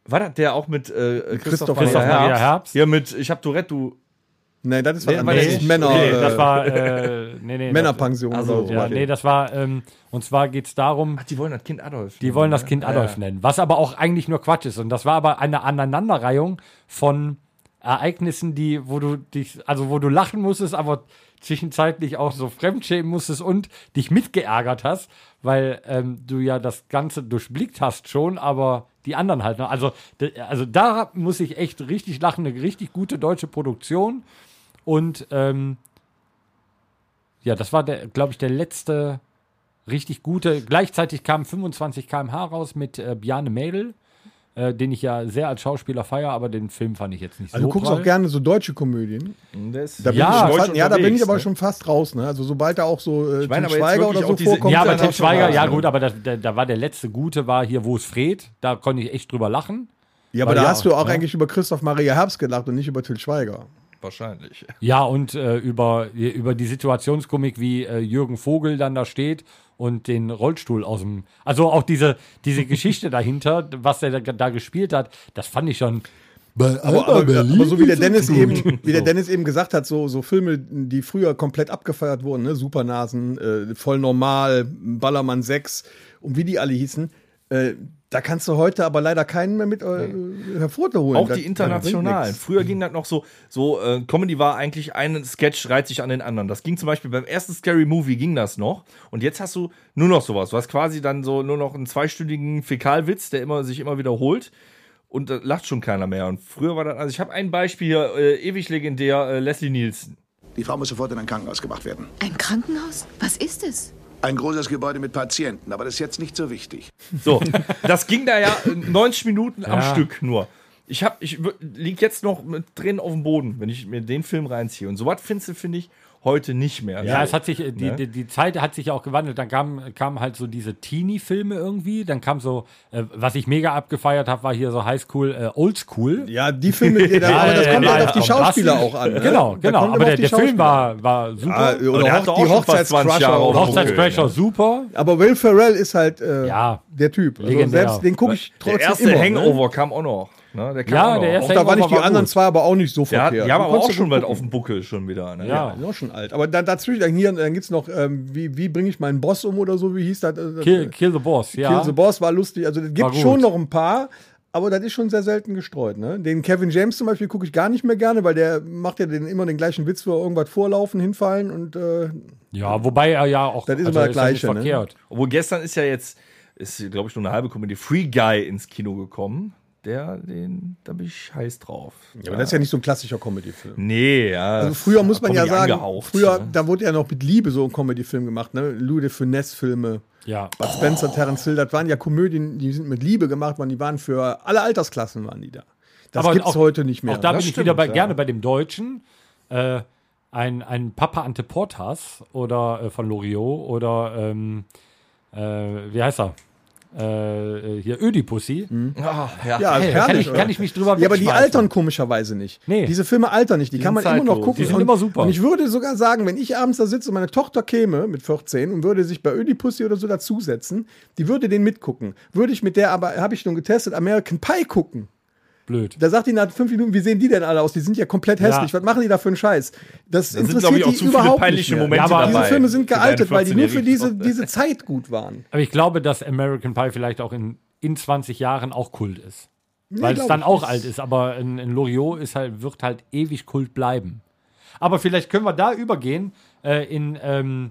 [SPEAKER 3] War das der auch mit äh, Christoph,
[SPEAKER 4] Christoph
[SPEAKER 2] Christoph Maria Herbst?
[SPEAKER 3] Hier mit Ich hab Tourette, du.
[SPEAKER 4] Nein, das ist was
[SPEAKER 3] Nee,
[SPEAKER 4] anderes.
[SPEAKER 3] nee,
[SPEAKER 4] Das ist Männer,
[SPEAKER 3] nee,
[SPEAKER 4] äh,
[SPEAKER 2] das war äh, nee, nee,
[SPEAKER 4] Männerpension.
[SPEAKER 3] Also,
[SPEAKER 4] oder
[SPEAKER 2] Das, ja,
[SPEAKER 4] so.
[SPEAKER 2] nee, das war ähm, und zwar geht es darum,
[SPEAKER 3] Ach, die wollen das Kind Adolf. ne?
[SPEAKER 2] die wollen das Kind Adolf nennen, was aber auch eigentlich nur Quatsch ist. Und das war aber eine Aneinanderreihung von Ereignissen, die, wo du dich, also wo du lachen musstest, aber zwischenzeitlich auch so fremdschämen musstest und dich mitgeärgert hast, weil ähm, du ja das Ganze durchblickt hast schon, aber die anderen halt noch. Also, d- also da muss ich echt richtig lachen, eine richtig gute deutsche Produktion. Und ähm, ja, das war, glaube ich, der letzte richtig gute. Gleichzeitig kamen 25 km/h raus mit äh, Bjane Mädel, äh, den ich ja sehr als Schauspieler feier, aber den Film fand ich jetzt nicht
[SPEAKER 4] Also
[SPEAKER 2] so
[SPEAKER 4] du guckst
[SPEAKER 2] toll.
[SPEAKER 4] auch gerne so deutsche Komödien. Da bin
[SPEAKER 2] Ja,
[SPEAKER 4] ich schon
[SPEAKER 3] deutsch
[SPEAKER 4] fast, ja, da bin
[SPEAKER 3] unterwegs,
[SPEAKER 4] ich aber
[SPEAKER 3] ne?
[SPEAKER 4] schon fast raus. Ne? Also sobald da auch so äh,
[SPEAKER 3] Ich meine
[SPEAKER 4] Tim
[SPEAKER 3] aber jetzt
[SPEAKER 4] Schweiger
[SPEAKER 3] wirklich
[SPEAKER 4] oder so
[SPEAKER 3] auch diese-
[SPEAKER 4] vorkommt,
[SPEAKER 2] Ja,
[SPEAKER 4] dann
[SPEAKER 2] aber
[SPEAKER 4] ist
[SPEAKER 2] Tim
[SPEAKER 4] das schon
[SPEAKER 2] Schweiger,
[SPEAKER 4] raus,
[SPEAKER 2] ja
[SPEAKER 4] ne?
[SPEAKER 2] gut, aber da, da, da war der letzte gute, war hier, wo ist Fred? Da konnte ich echt drüber lachen.
[SPEAKER 4] Ja, aber
[SPEAKER 2] Weil
[SPEAKER 4] da
[SPEAKER 2] ja
[SPEAKER 4] hast du
[SPEAKER 2] auch,
[SPEAKER 4] auch
[SPEAKER 2] ne?
[SPEAKER 4] eigentlich über Christoph Maria Herbst gelacht und nicht über Till Schweiger.
[SPEAKER 3] Wahrscheinlich.
[SPEAKER 2] Ja, und äh, über, über die Situationskomik, wie äh, Jürgen Vogel dann da steht und den Rollstuhl aus dem. Also auch diese, diese Geschichte (laughs) dahinter, was er da, da gespielt hat, das fand ich schon.
[SPEAKER 4] Aber, aber, aber so wie der Dennis eben, wie der Dennis eben gesagt hat, so, so Filme, die früher komplett abgefeiert wurden, ne? Supernasen, äh, voll normal, Ballermann 6 und wie die alle hießen, äh, da kannst du heute aber leider keinen mehr mit äh, hervorholen.
[SPEAKER 3] Auch
[SPEAKER 4] Das-
[SPEAKER 3] die
[SPEAKER 4] das
[SPEAKER 3] internationalen.
[SPEAKER 4] bringt nix.
[SPEAKER 3] Früher ging das noch so, so äh, Comedy war eigentlich ein Sketch reiht sich an den anderen. Das ging zum Beispiel beim ersten Scary Movie ging das noch. Und jetzt hast du nur noch sowas. Du hast quasi dann so nur noch einen zweistündigen Fäkalwitz, der immer, sich immer wiederholt. Und da lacht schon keiner mehr. Und früher war das, also ich habe ein Beispiel hier, äh, ewig legendär, äh, Leslie Nielsen.
[SPEAKER 5] Die Frau muss sofort in ein Krankenhaus gebracht werden.
[SPEAKER 6] Ein Krankenhaus? Was ist es?
[SPEAKER 5] Ein großes Gebäude mit Patienten, aber das ist jetzt nicht so wichtig.
[SPEAKER 3] So, das ging da ja äh, 90 Minuten am
[SPEAKER 2] Ja.
[SPEAKER 3] Stück nur. Ich hab, ich wür- lieg jetzt noch mit Tränen auf dem Boden, wenn ich mir den Film reinziehe. Und sowas findest du, finde ich, heute nicht mehr. Also
[SPEAKER 2] Ja, es hat sich, äh, die, die, die Zeit hat sich ja auch gewandelt. Dann kamen kamen halt so diese Teenie-Filme irgendwie. Dann kam so, äh, was ich mega abgefeiert habe, war hier so Highschool, äh, Oldschool.
[SPEAKER 4] Ja, die Filme,
[SPEAKER 2] (laughs)
[SPEAKER 4] die da, aber das
[SPEAKER 2] Äh,
[SPEAKER 4] kommt
[SPEAKER 2] nein,
[SPEAKER 4] halt auf die
[SPEAKER 2] komm,
[SPEAKER 4] Schauspieler
[SPEAKER 2] das-
[SPEAKER 4] auch an. ne?
[SPEAKER 2] Genau,
[SPEAKER 4] Da
[SPEAKER 2] genau.
[SPEAKER 4] kommt
[SPEAKER 2] Aber
[SPEAKER 4] auf
[SPEAKER 2] der,
[SPEAKER 4] die
[SPEAKER 2] der Film
[SPEAKER 4] Schauspieler
[SPEAKER 2] war,
[SPEAKER 4] an.
[SPEAKER 2] war
[SPEAKER 4] Ah,
[SPEAKER 2] super.
[SPEAKER 4] oder
[SPEAKER 3] der
[SPEAKER 4] Hoch,
[SPEAKER 3] hat doch auch
[SPEAKER 4] die
[SPEAKER 3] schon fast 20
[SPEAKER 4] Hochzeitscrusher
[SPEAKER 3] Jahre
[SPEAKER 4] oder
[SPEAKER 3] auf
[SPEAKER 4] so.
[SPEAKER 3] dem
[SPEAKER 2] Hochzeitscrasher, super.
[SPEAKER 4] Aber Will Ferrell ist halt äh,
[SPEAKER 2] Ja.
[SPEAKER 4] der Typ. Also
[SPEAKER 2] Legendär.
[SPEAKER 4] selbst den gucke ich trotzdem
[SPEAKER 3] der erste
[SPEAKER 4] immer. ne?
[SPEAKER 3] Hangover kam auch noch. Ne? Der kam
[SPEAKER 2] Ja,
[SPEAKER 3] auch noch.
[SPEAKER 2] der erste-
[SPEAKER 4] Auch da waren ich die
[SPEAKER 2] Hangover war
[SPEAKER 4] anderen
[SPEAKER 2] gut.
[SPEAKER 4] zwei aber auch nicht so
[SPEAKER 3] Der hat,
[SPEAKER 4] verkehrt.
[SPEAKER 3] die haben
[SPEAKER 4] Du
[SPEAKER 3] aber auch
[SPEAKER 4] also konntest
[SPEAKER 3] schon
[SPEAKER 4] gut
[SPEAKER 3] was
[SPEAKER 4] gucken.
[SPEAKER 3] auf dem Buckel schon wieder. Ne?
[SPEAKER 2] Ja.
[SPEAKER 4] Ja, auch schon alt. Aber da, dazwischen, dann, hier, dann gibt es noch, ähm, wie, wie bringe ich meinen Boss um oder so, wie hieß das? Äh, das,
[SPEAKER 2] Kill,
[SPEAKER 4] äh,
[SPEAKER 2] Kill the Boss, ja.
[SPEAKER 4] Kill the Boss war lustig. Also, es
[SPEAKER 2] War
[SPEAKER 4] gibt
[SPEAKER 2] gut.
[SPEAKER 4] schon noch ein paar, aber das ist schon sehr selten gestreut. Ne? Den Kevin James zum Beispiel gucke ich gar nicht mehr gerne, weil der macht ja den, immer den gleichen Witz, wo er irgendwas vorlaufen, hinfallen und äh,
[SPEAKER 2] Ja, wobei er ja auch
[SPEAKER 4] Das ist immer
[SPEAKER 2] ist ja nicht
[SPEAKER 4] Gleiche, ne?
[SPEAKER 2] verkehrt.
[SPEAKER 3] Obwohl gestern ist ja jetzt, ist glaube ich nur eine halbe Comedy, Free Guy ins Kino gekommen. Der, den, da bin ich heiß drauf.
[SPEAKER 4] aber das ist ja nicht so ein klassischer Comedy-Film.
[SPEAKER 3] Nee, ja.
[SPEAKER 4] Also früher muss man ja
[SPEAKER 3] Comedy
[SPEAKER 4] sagen,
[SPEAKER 3] angehaucht,
[SPEAKER 4] früher,
[SPEAKER 3] ne?
[SPEAKER 4] da wurde ja noch mit Liebe so ein Comedy-Film gemacht, ne? Louis de Funès-Filme.
[SPEAKER 2] Ja.
[SPEAKER 4] Bud Spencer, Terence Hill, das waren ja Komödien, die sind mit Liebe gemacht worden, die waren für alle Altersklassen waren die da. Das
[SPEAKER 2] Aber
[SPEAKER 4] gibt's
[SPEAKER 2] auch-
[SPEAKER 4] heute nicht mehr. ne?
[SPEAKER 2] Auch da
[SPEAKER 3] das
[SPEAKER 2] bin ich
[SPEAKER 3] stimmt,
[SPEAKER 2] wieder bei,
[SPEAKER 3] ja.
[SPEAKER 2] gerne bei dem Deutschen. Äh, ein, ein Papa Ante Portas oder äh, von Loriot oder ähm, äh, wie heißt er? Äh, äh, hier Ödipussy.
[SPEAKER 4] Hm.
[SPEAKER 3] Ah, ja.
[SPEAKER 4] ja,
[SPEAKER 2] Hey, da kann,
[SPEAKER 4] herrlich.
[SPEAKER 2] ich,
[SPEAKER 4] oder?
[SPEAKER 2] kann ich mich drüber
[SPEAKER 4] ja, aber die
[SPEAKER 2] wegschmeißen.
[SPEAKER 4] altern komischerweise nicht.
[SPEAKER 2] Nee.
[SPEAKER 4] Diese Filme altern nicht. Die, kann man
[SPEAKER 3] sind
[SPEAKER 4] immer noch
[SPEAKER 3] zeitlos.
[SPEAKER 4] gucken.
[SPEAKER 2] Die sind
[SPEAKER 4] und,
[SPEAKER 2] immer super.
[SPEAKER 4] Und ich würde sogar sagen, wenn ich abends da sitze und meine Tochter käme mit 14 und würde sich bei Ödipussy oder so dazusetzen, die würde den mitgucken. Würde ich mit der aber, habe ich schon getestet, American Pie gucken.
[SPEAKER 2] Blöd.
[SPEAKER 4] Da sagt die nach fünf Minuten, wie sehen die denn alle aus? Die sind ja komplett hässlich. Was machen die da für einen Scheiß? Das
[SPEAKER 3] sind,
[SPEAKER 4] interessiert
[SPEAKER 3] glaub ich, auch
[SPEAKER 4] die
[SPEAKER 3] zu viele
[SPEAKER 4] überhaupt
[SPEAKER 3] peinliche
[SPEAKER 4] nicht mehr.
[SPEAKER 3] Momente
[SPEAKER 4] Ja, aber
[SPEAKER 3] dabei.
[SPEAKER 4] Diese Filme sind
[SPEAKER 3] Für deine
[SPEAKER 4] gealtert, weil die nur für
[SPEAKER 3] 14-jährige
[SPEAKER 4] diese,
[SPEAKER 3] Tochter.
[SPEAKER 4] diese Zeit gut waren.
[SPEAKER 2] Aber ich glaube, dass American Pie vielleicht auch in, in 20 Jahren auch Kult ist. Weil es
[SPEAKER 4] glaub
[SPEAKER 2] dann
[SPEAKER 4] ich
[SPEAKER 2] auch
[SPEAKER 4] nicht.
[SPEAKER 2] alt ist. Aber in, in Loriot ist halt, wird halt ewig Kult bleiben. Aber vielleicht können wir da übergehen äh, in. Ähm,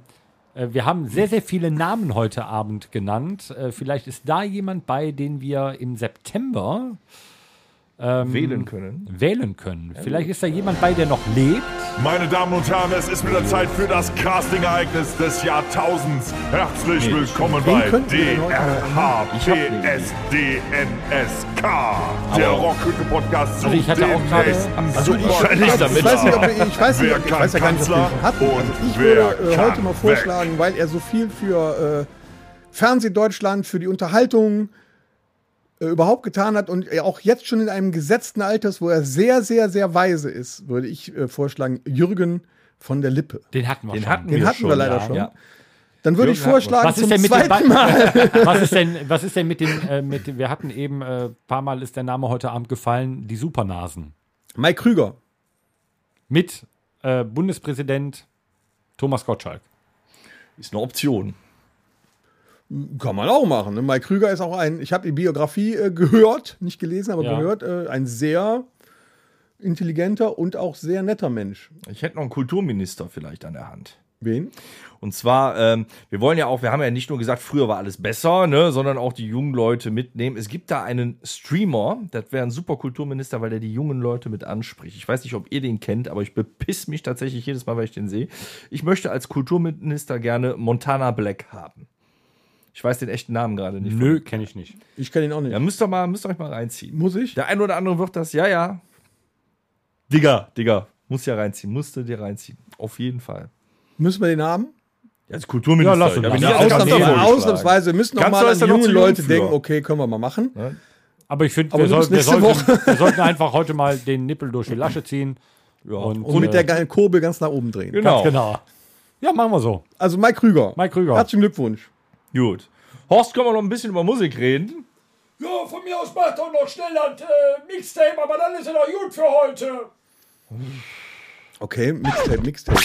[SPEAKER 2] äh, wir haben sehr, sehr viele Namen heute Abend genannt. Äh, vielleicht ist da jemand bei, den wir im September
[SPEAKER 3] wählen können.
[SPEAKER 2] wählen können. Vielleicht ist da jemand bei, der noch lebt.
[SPEAKER 1] Meine Damen und Herren, es ist wieder Zeit für das Casting-Ereignis des Jahrtausends. Herzlich willkommen
[SPEAKER 4] Wen
[SPEAKER 1] bei
[SPEAKER 4] könnten wir denn heute
[SPEAKER 3] Ich hab nicht.
[SPEAKER 1] DRHBSDNSK. Der Rockhütte-Podcast
[SPEAKER 2] Also ich hatte auch gerade-
[SPEAKER 1] Also
[SPEAKER 3] ich- ich- ich
[SPEAKER 4] Ich weiß nicht, ob, ich weiß nicht,
[SPEAKER 1] Wer
[SPEAKER 4] ob, ich
[SPEAKER 1] kann
[SPEAKER 4] weiß ja gar nicht, ob
[SPEAKER 1] Kanzler
[SPEAKER 4] wir ihn hatten. Also
[SPEAKER 1] und
[SPEAKER 4] ich würde
[SPEAKER 1] wer
[SPEAKER 4] äh,
[SPEAKER 1] kann
[SPEAKER 4] heute mal vorschlagen, weil er so viel für äh, Fernsehdeutschland, für die Unterhaltung äh, überhaupt getan hat und er auch jetzt schon in einem gesetzten Alter ist, wo er sehr, sehr, sehr weise ist, würde ich äh, vorschlagen, Jürgen von der Lippe.
[SPEAKER 2] Den hatten wir schon.
[SPEAKER 4] Den hatten wir leider
[SPEAKER 3] ja.
[SPEAKER 4] schon.
[SPEAKER 3] Ja.
[SPEAKER 4] Dann würde ich
[SPEAKER 3] Jürgen hatten wir.
[SPEAKER 4] vorschlagen,
[SPEAKER 2] Was ist,
[SPEAKER 4] zum
[SPEAKER 2] denn mit den
[SPEAKER 4] zweiten Mal.
[SPEAKER 2] beiden- (laughs) was ist denn was ist denn mit dem äh, mit dem, wir hatten eben äh, paar mal ist der Name heute Abend gefallen die Supernasen
[SPEAKER 4] Mike Krüger.
[SPEAKER 2] mit äh, Bundespräsident Thomas Gottschalk.
[SPEAKER 3] Ist eine Option.
[SPEAKER 4] Kann man auch machen. Ne? Mike Krüger ist auch ein, ich habe die Biografie äh, gehört, nicht gelesen, aber
[SPEAKER 2] Ja.
[SPEAKER 4] gehört, äh, ein sehr intelligenter und auch sehr netter Mensch.
[SPEAKER 3] Ich hätte noch einen Kulturminister vielleicht an der Hand.
[SPEAKER 4] Wen?
[SPEAKER 3] Und zwar, ähm, wir wollen ja auch, wir haben ja nicht nur gesagt, früher war alles besser, ne, sondern auch die jungen Leute mitnehmen. Es gibt da einen Streamer, das wäre ein super Kulturminister, weil der die jungen Leute mit anspricht. Ich weiß nicht, ob ihr den kennt, aber ich bepiss mich tatsächlich jedes Mal, weil ich den sehe. Ich möchte als Kulturminister gerne Montana Black haben. Ich weiß den echten Namen gerade nicht.
[SPEAKER 2] Nö, kenne ich nicht.
[SPEAKER 4] Ich kenne ihn auch nicht.
[SPEAKER 3] Ja, müsst ihr, mal, müsst ihr euch mal reinziehen.
[SPEAKER 4] Muss ich?
[SPEAKER 3] Der ein oder andere wird das, ja, ja. Digga, Digga, muss ja reinziehen, musste dir reinziehen. Auf jeden Fall.
[SPEAKER 4] Müssen wir den haben?
[SPEAKER 3] Ja, Als Kulturminister.
[SPEAKER 2] Ja, lass ihn
[SPEAKER 3] da bin
[SPEAKER 2] doch.
[SPEAKER 3] ich
[SPEAKER 2] Ja,
[SPEAKER 3] als
[SPEAKER 2] ausnahmsweise-
[SPEAKER 3] Kandidat vorgeschlagen.
[SPEAKER 4] ausnahmsweise. Wir müssen
[SPEAKER 3] Kannst
[SPEAKER 4] nochmal
[SPEAKER 3] du
[SPEAKER 4] an
[SPEAKER 3] das
[SPEAKER 4] die
[SPEAKER 3] denn noch
[SPEAKER 4] jungen
[SPEAKER 3] zu jung
[SPEAKER 4] Leute
[SPEAKER 3] für?
[SPEAKER 4] denken, okay, können wir mal machen.
[SPEAKER 2] Aber ich finde,
[SPEAKER 4] Aber
[SPEAKER 2] wir,
[SPEAKER 4] du bist
[SPEAKER 2] sollten- wir,
[SPEAKER 4] nächste
[SPEAKER 2] sollten- wir sollten einfach heute mal den Nippel durch die Lasche ziehen. (laughs) Ja, und,
[SPEAKER 4] Und mit
[SPEAKER 2] äh,
[SPEAKER 4] der geilen Kurbel ganz nach oben drehen.
[SPEAKER 3] Genau.
[SPEAKER 2] ganz genau. Ja, machen wir so.
[SPEAKER 4] Also Mike Krüger.
[SPEAKER 2] Mike Krüger.
[SPEAKER 4] Herzlichen Glückwunsch.
[SPEAKER 2] genau.
[SPEAKER 3] Gut. Horst, können wir noch ein bisschen über Musik reden?
[SPEAKER 2] Ja, von mir aus macht doch noch schnell ein äh, Mixtape, aber dann ist er doch gut für heute.
[SPEAKER 4] Okay, Mixtape, Mixtape.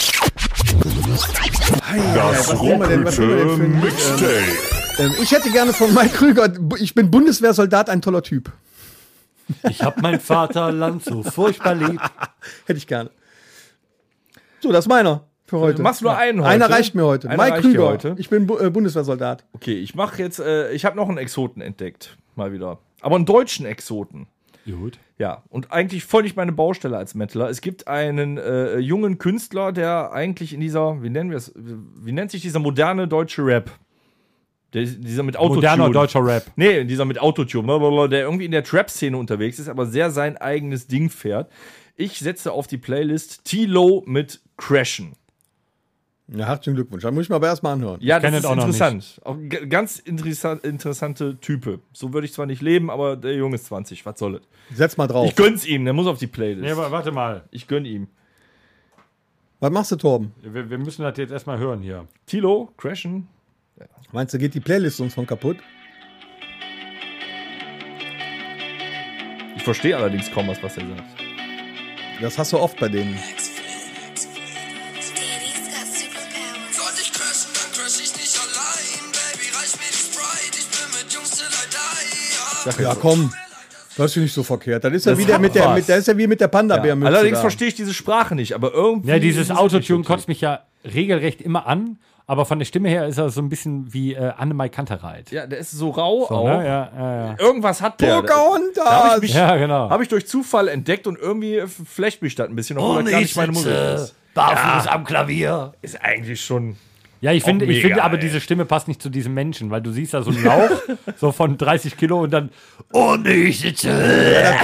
[SPEAKER 1] Das
[SPEAKER 4] was nehmen wir denn, was nehmen wir denn
[SPEAKER 1] Rockgüte
[SPEAKER 4] für ein-
[SPEAKER 1] Mixtape.
[SPEAKER 4] Ähm, ich hätte gerne von Mike Krüger, Bu- ich bin Bundeswehrsoldat, ein toller Typ.
[SPEAKER 2] Ich hab mein Vaterland so furchtbar lieb.
[SPEAKER 4] Hätte ich gerne. So, das ist meiner für heute.
[SPEAKER 3] machst nur einen heute?
[SPEAKER 4] Einer reicht mir heute.
[SPEAKER 3] Einer
[SPEAKER 4] Mike
[SPEAKER 3] reicht dir
[SPEAKER 4] Krüger.
[SPEAKER 3] heute?
[SPEAKER 4] Ich bin Bu äh, Bundeswehrsoldat.
[SPEAKER 3] Okay, ich mache jetzt, äh, ich habe noch einen Exoten entdeckt. Mal wieder. Aber einen deutschen Exoten.
[SPEAKER 2] Gut.
[SPEAKER 3] Ja, und eigentlich voll nicht meine Baustelle als Metaler. Es gibt einen äh, jungen Künstler, der eigentlich in dieser, wie nennen wir es, wie nennt sich dieser moderne deutsche Rap? Der, ist- dieser mit Autotune.
[SPEAKER 2] Moderner deutscher Rap.
[SPEAKER 3] Nee, dieser mit Autotune, blablabla, der irgendwie in der Trap-Szene unterwegs ist, aber sehr sein eigenes Ding fährt. Ich setze auf die Playlist T-Low mit Crashen.
[SPEAKER 4] Ja, herzlichen Glückwunsch. Dann muss ich mir aber erstmal anhören.
[SPEAKER 3] Ja, das
[SPEAKER 2] kenne
[SPEAKER 3] ist
[SPEAKER 2] das auch noch
[SPEAKER 3] interessant. Auch g- ganz interessant, interessante Type. So würde ich zwar nicht leben, aber der Junge ist 20. Was soll es?
[SPEAKER 4] Setz mal drauf.
[SPEAKER 3] Ich gönn's ihm, der muss auf die Playlist.
[SPEAKER 2] Nee, aber warte mal.
[SPEAKER 3] ich gönn ihm.
[SPEAKER 4] Was machst du, Torben?
[SPEAKER 2] Wir, wir müssen das jetzt erstmal hören hier.
[SPEAKER 3] Tilo, crashen.
[SPEAKER 4] Meinst du, geht die Playlist uns von kaputt?
[SPEAKER 3] Ich verstehe allerdings kaum was, was er sagt.
[SPEAKER 4] Das hast du oft bei denen.
[SPEAKER 7] Sollte ich crashen, dann crash ich nicht allein. Baby, reich mir die Sprite. Ich bin mit Jungs till I die. Ja.
[SPEAKER 4] Ja, komm. Das ist ja nicht so verkehrt. Das ist ja,
[SPEAKER 3] Das
[SPEAKER 4] wie, der
[SPEAKER 3] hat
[SPEAKER 4] mit der,
[SPEAKER 3] was.
[SPEAKER 4] mit, das ist ja wie mit der Panda-Bär.
[SPEAKER 3] Allerdings verstehe ich diese Sprache nicht, aber irgendwie.
[SPEAKER 2] Ja, dieses
[SPEAKER 3] muss ich
[SPEAKER 2] Autotune
[SPEAKER 3] richtig-
[SPEAKER 2] kotzt mich ja regelrecht immer an, aber von der Stimme her ist er so ein bisschen wie äh, Annemai Kantereit.
[SPEAKER 3] Ja, der ist so rau
[SPEAKER 2] so,
[SPEAKER 3] auch.
[SPEAKER 2] ne? ja, ja, ja.
[SPEAKER 3] Irgendwas hat der. Da hab ich
[SPEAKER 4] Pocahontas!
[SPEAKER 3] mich-
[SPEAKER 2] ja, genau.
[SPEAKER 3] Habe ich durch Zufall entdeckt und irgendwie f- flecht mich das ein bisschen, obwohl das gar nicht meine Musik ist.
[SPEAKER 2] Oh, äh, barfuß am Klavier.
[SPEAKER 3] Ist eigentlich schon.
[SPEAKER 2] Ja, ich finde, ich
[SPEAKER 3] mega,
[SPEAKER 2] finde aber
[SPEAKER 3] ey.
[SPEAKER 2] diese Stimme passt nicht zu diesem Menschen, weil du siehst da so einen
[SPEAKER 3] (laughs)
[SPEAKER 2] Lauch, so von 30 Kilo und dann, und ich sitze.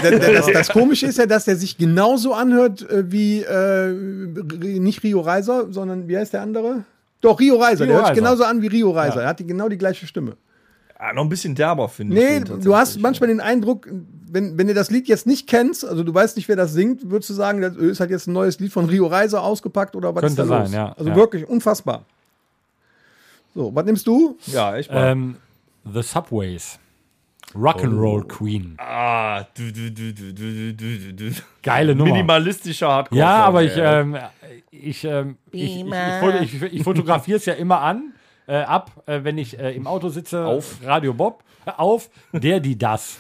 [SPEAKER 4] Das, das, das Komische ist ja, dass der sich genauso anhört äh, wie, äh, Ri- nicht Rio Reiser, sondern wie heißt der andere? Doch, Rio Reiser.
[SPEAKER 2] Rio
[SPEAKER 4] der hört sich
[SPEAKER 2] Reiser.
[SPEAKER 4] genauso an wie Rio Reiser. Er hat die, genau die gleiche Stimme.
[SPEAKER 3] Ah, noch ein bisschen derber, finde ich.
[SPEAKER 4] Nee,
[SPEAKER 3] den
[SPEAKER 4] du hast
[SPEAKER 3] tatsächlich.
[SPEAKER 4] manchmal den Eindruck, wenn, wenn du das Lied jetzt nicht kennst, also du weißt nicht, wer das singt, würdest du sagen, das ist halt jetzt ein neues Lied von Rio Reiser ausgepackt oder was ist da
[SPEAKER 2] Könnte sein,
[SPEAKER 4] los?
[SPEAKER 2] ja,
[SPEAKER 4] Also
[SPEAKER 2] ja.
[SPEAKER 4] wirklich unfassbar. So, was nimmst du?
[SPEAKER 3] Ja, ich mal.
[SPEAKER 2] Ähm, The Subways.
[SPEAKER 3] Oh.
[SPEAKER 2] Rock'n'Roll Queen.
[SPEAKER 3] Ah, du, du, du, du, du, du, du, du.
[SPEAKER 2] Geile Nummer.
[SPEAKER 3] Minimalistischer Äh, Hardcore.
[SPEAKER 2] Ja, aber
[SPEAKER 3] ey.
[SPEAKER 2] ich, ähm, ich, ähm, ich, ich, ich, foto- ich, ich fotografiere es ja immer an, äh, ab, äh, wenn ich äh, im Auto sitze,
[SPEAKER 3] Auf.
[SPEAKER 2] Radio Bob, auf, der, die, das.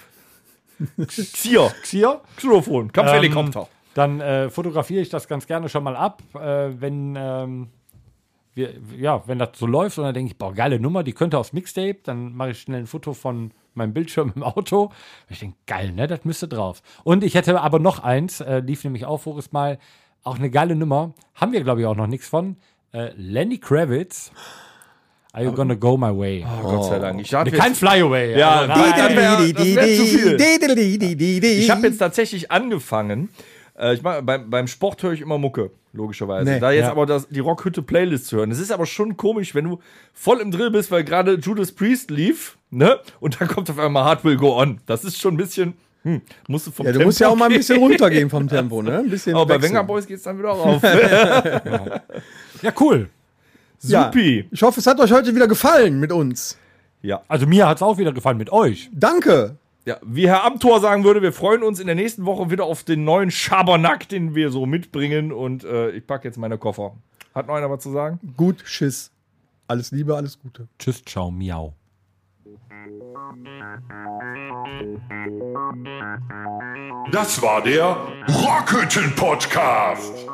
[SPEAKER 3] Xier.
[SPEAKER 2] Hier.
[SPEAKER 3] Xylophon.
[SPEAKER 2] ähm,
[SPEAKER 3] Kampfhelikopter.
[SPEAKER 2] Dann äh, fotografiere ich das ganz gerne schon mal ab, äh, wenn, ähm, wir, ja, wenn das so läuft. Und dann denke ich, boah, geile Nummer, die könnte aufs Mixtape. Dann mache ich schnell ein Foto von meinem Bildschirm im Auto. Und ich denke, geil, ne, das müsste drauf. Und ich hätte aber noch eins, äh, lief nämlich auch voriges Mal, auch eine geile Nummer. Haben wir, glaube ich, auch noch nichts von. Äh, Lenny Kravitz, Are You Gonna Go My Way?
[SPEAKER 3] Oh, Gott sei Dank. Ich dachte,
[SPEAKER 2] Nee, Kein Flyaway.
[SPEAKER 3] Ja,
[SPEAKER 2] Also,
[SPEAKER 3] die-
[SPEAKER 2] nein.
[SPEAKER 3] das wär- das wär zu viel.
[SPEAKER 4] Ich
[SPEAKER 3] Ich
[SPEAKER 4] Mhm.
[SPEAKER 3] habe jetzt tatsächlich angefangen. äh, Ich mach, beim, beim Sport höre ich immer Mucke, logischerweise.
[SPEAKER 4] Nee.
[SPEAKER 3] da jetzt
[SPEAKER 2] Ja.
[SPEAKER 3] aber das, die Rockhütte-Playlist zu hören. Es ist aber schon komisch, wenn du voll im Drill bist, weil gerade Judas Priest lief, ne? Und dann kommt auf einmal Hard Will Go On. Das ist schon ein bisschen. Hm, musst du vom
[SPEAKER 4] Ja, du
[SPEAKER 3] Tempo
[SPEAKER 4] musst ja auch mal
[SPEAKER 3] (laughs)
[SPEAKER 4] ein bisschen
[SPEAKER 3] gehen.
[SPEAKER 4] runtergehen vom Tempo, ne? Ein bisschen
[SPEAKER 3] Aber bei
[SPEAKER 4] wechseln.
[SPEAKER 3] Wenger Boys geht's dann wieder rauf. ne?
[SPEAKER 4] (laughs)
[SPEAKER 2] ja, cool.
[SPEAKER 4] Ja.
[SPEAKER 3] Supi.
[SPEAKER 4] Ich hoffe, es hat euch heute wieder gefallen mit uns.
[SPEAKER 3] Ja.
[SPEAKER 2] Also mir hat es auch wieder gefallen mit euch.
[SPEAKER 4] Danke.
[SPEAKER 3] ja. Wie Herr Amthor sagen würde, wir freuen uns in der nächsten Woche wieder auf den neuen Schabernack, den wir so mitbringen. Und äh, ich packe jetzt meine Koffer. Hat noch einer was zu sagen?
[SPEAKER 4] Gut, Schiss. Alles Liebe, alles Gute.
[SPEAKER 2] Tschüss, ciao, miau.
[SPEAKER 1] Das war der Rockhütten-Podcast.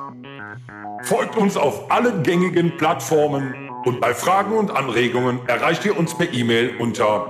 [SPEAKER 1] Folgt uns auf allen gängigen Plattformen und bei Fragen und Anregungen erreicht ihr uns per E-Mail unter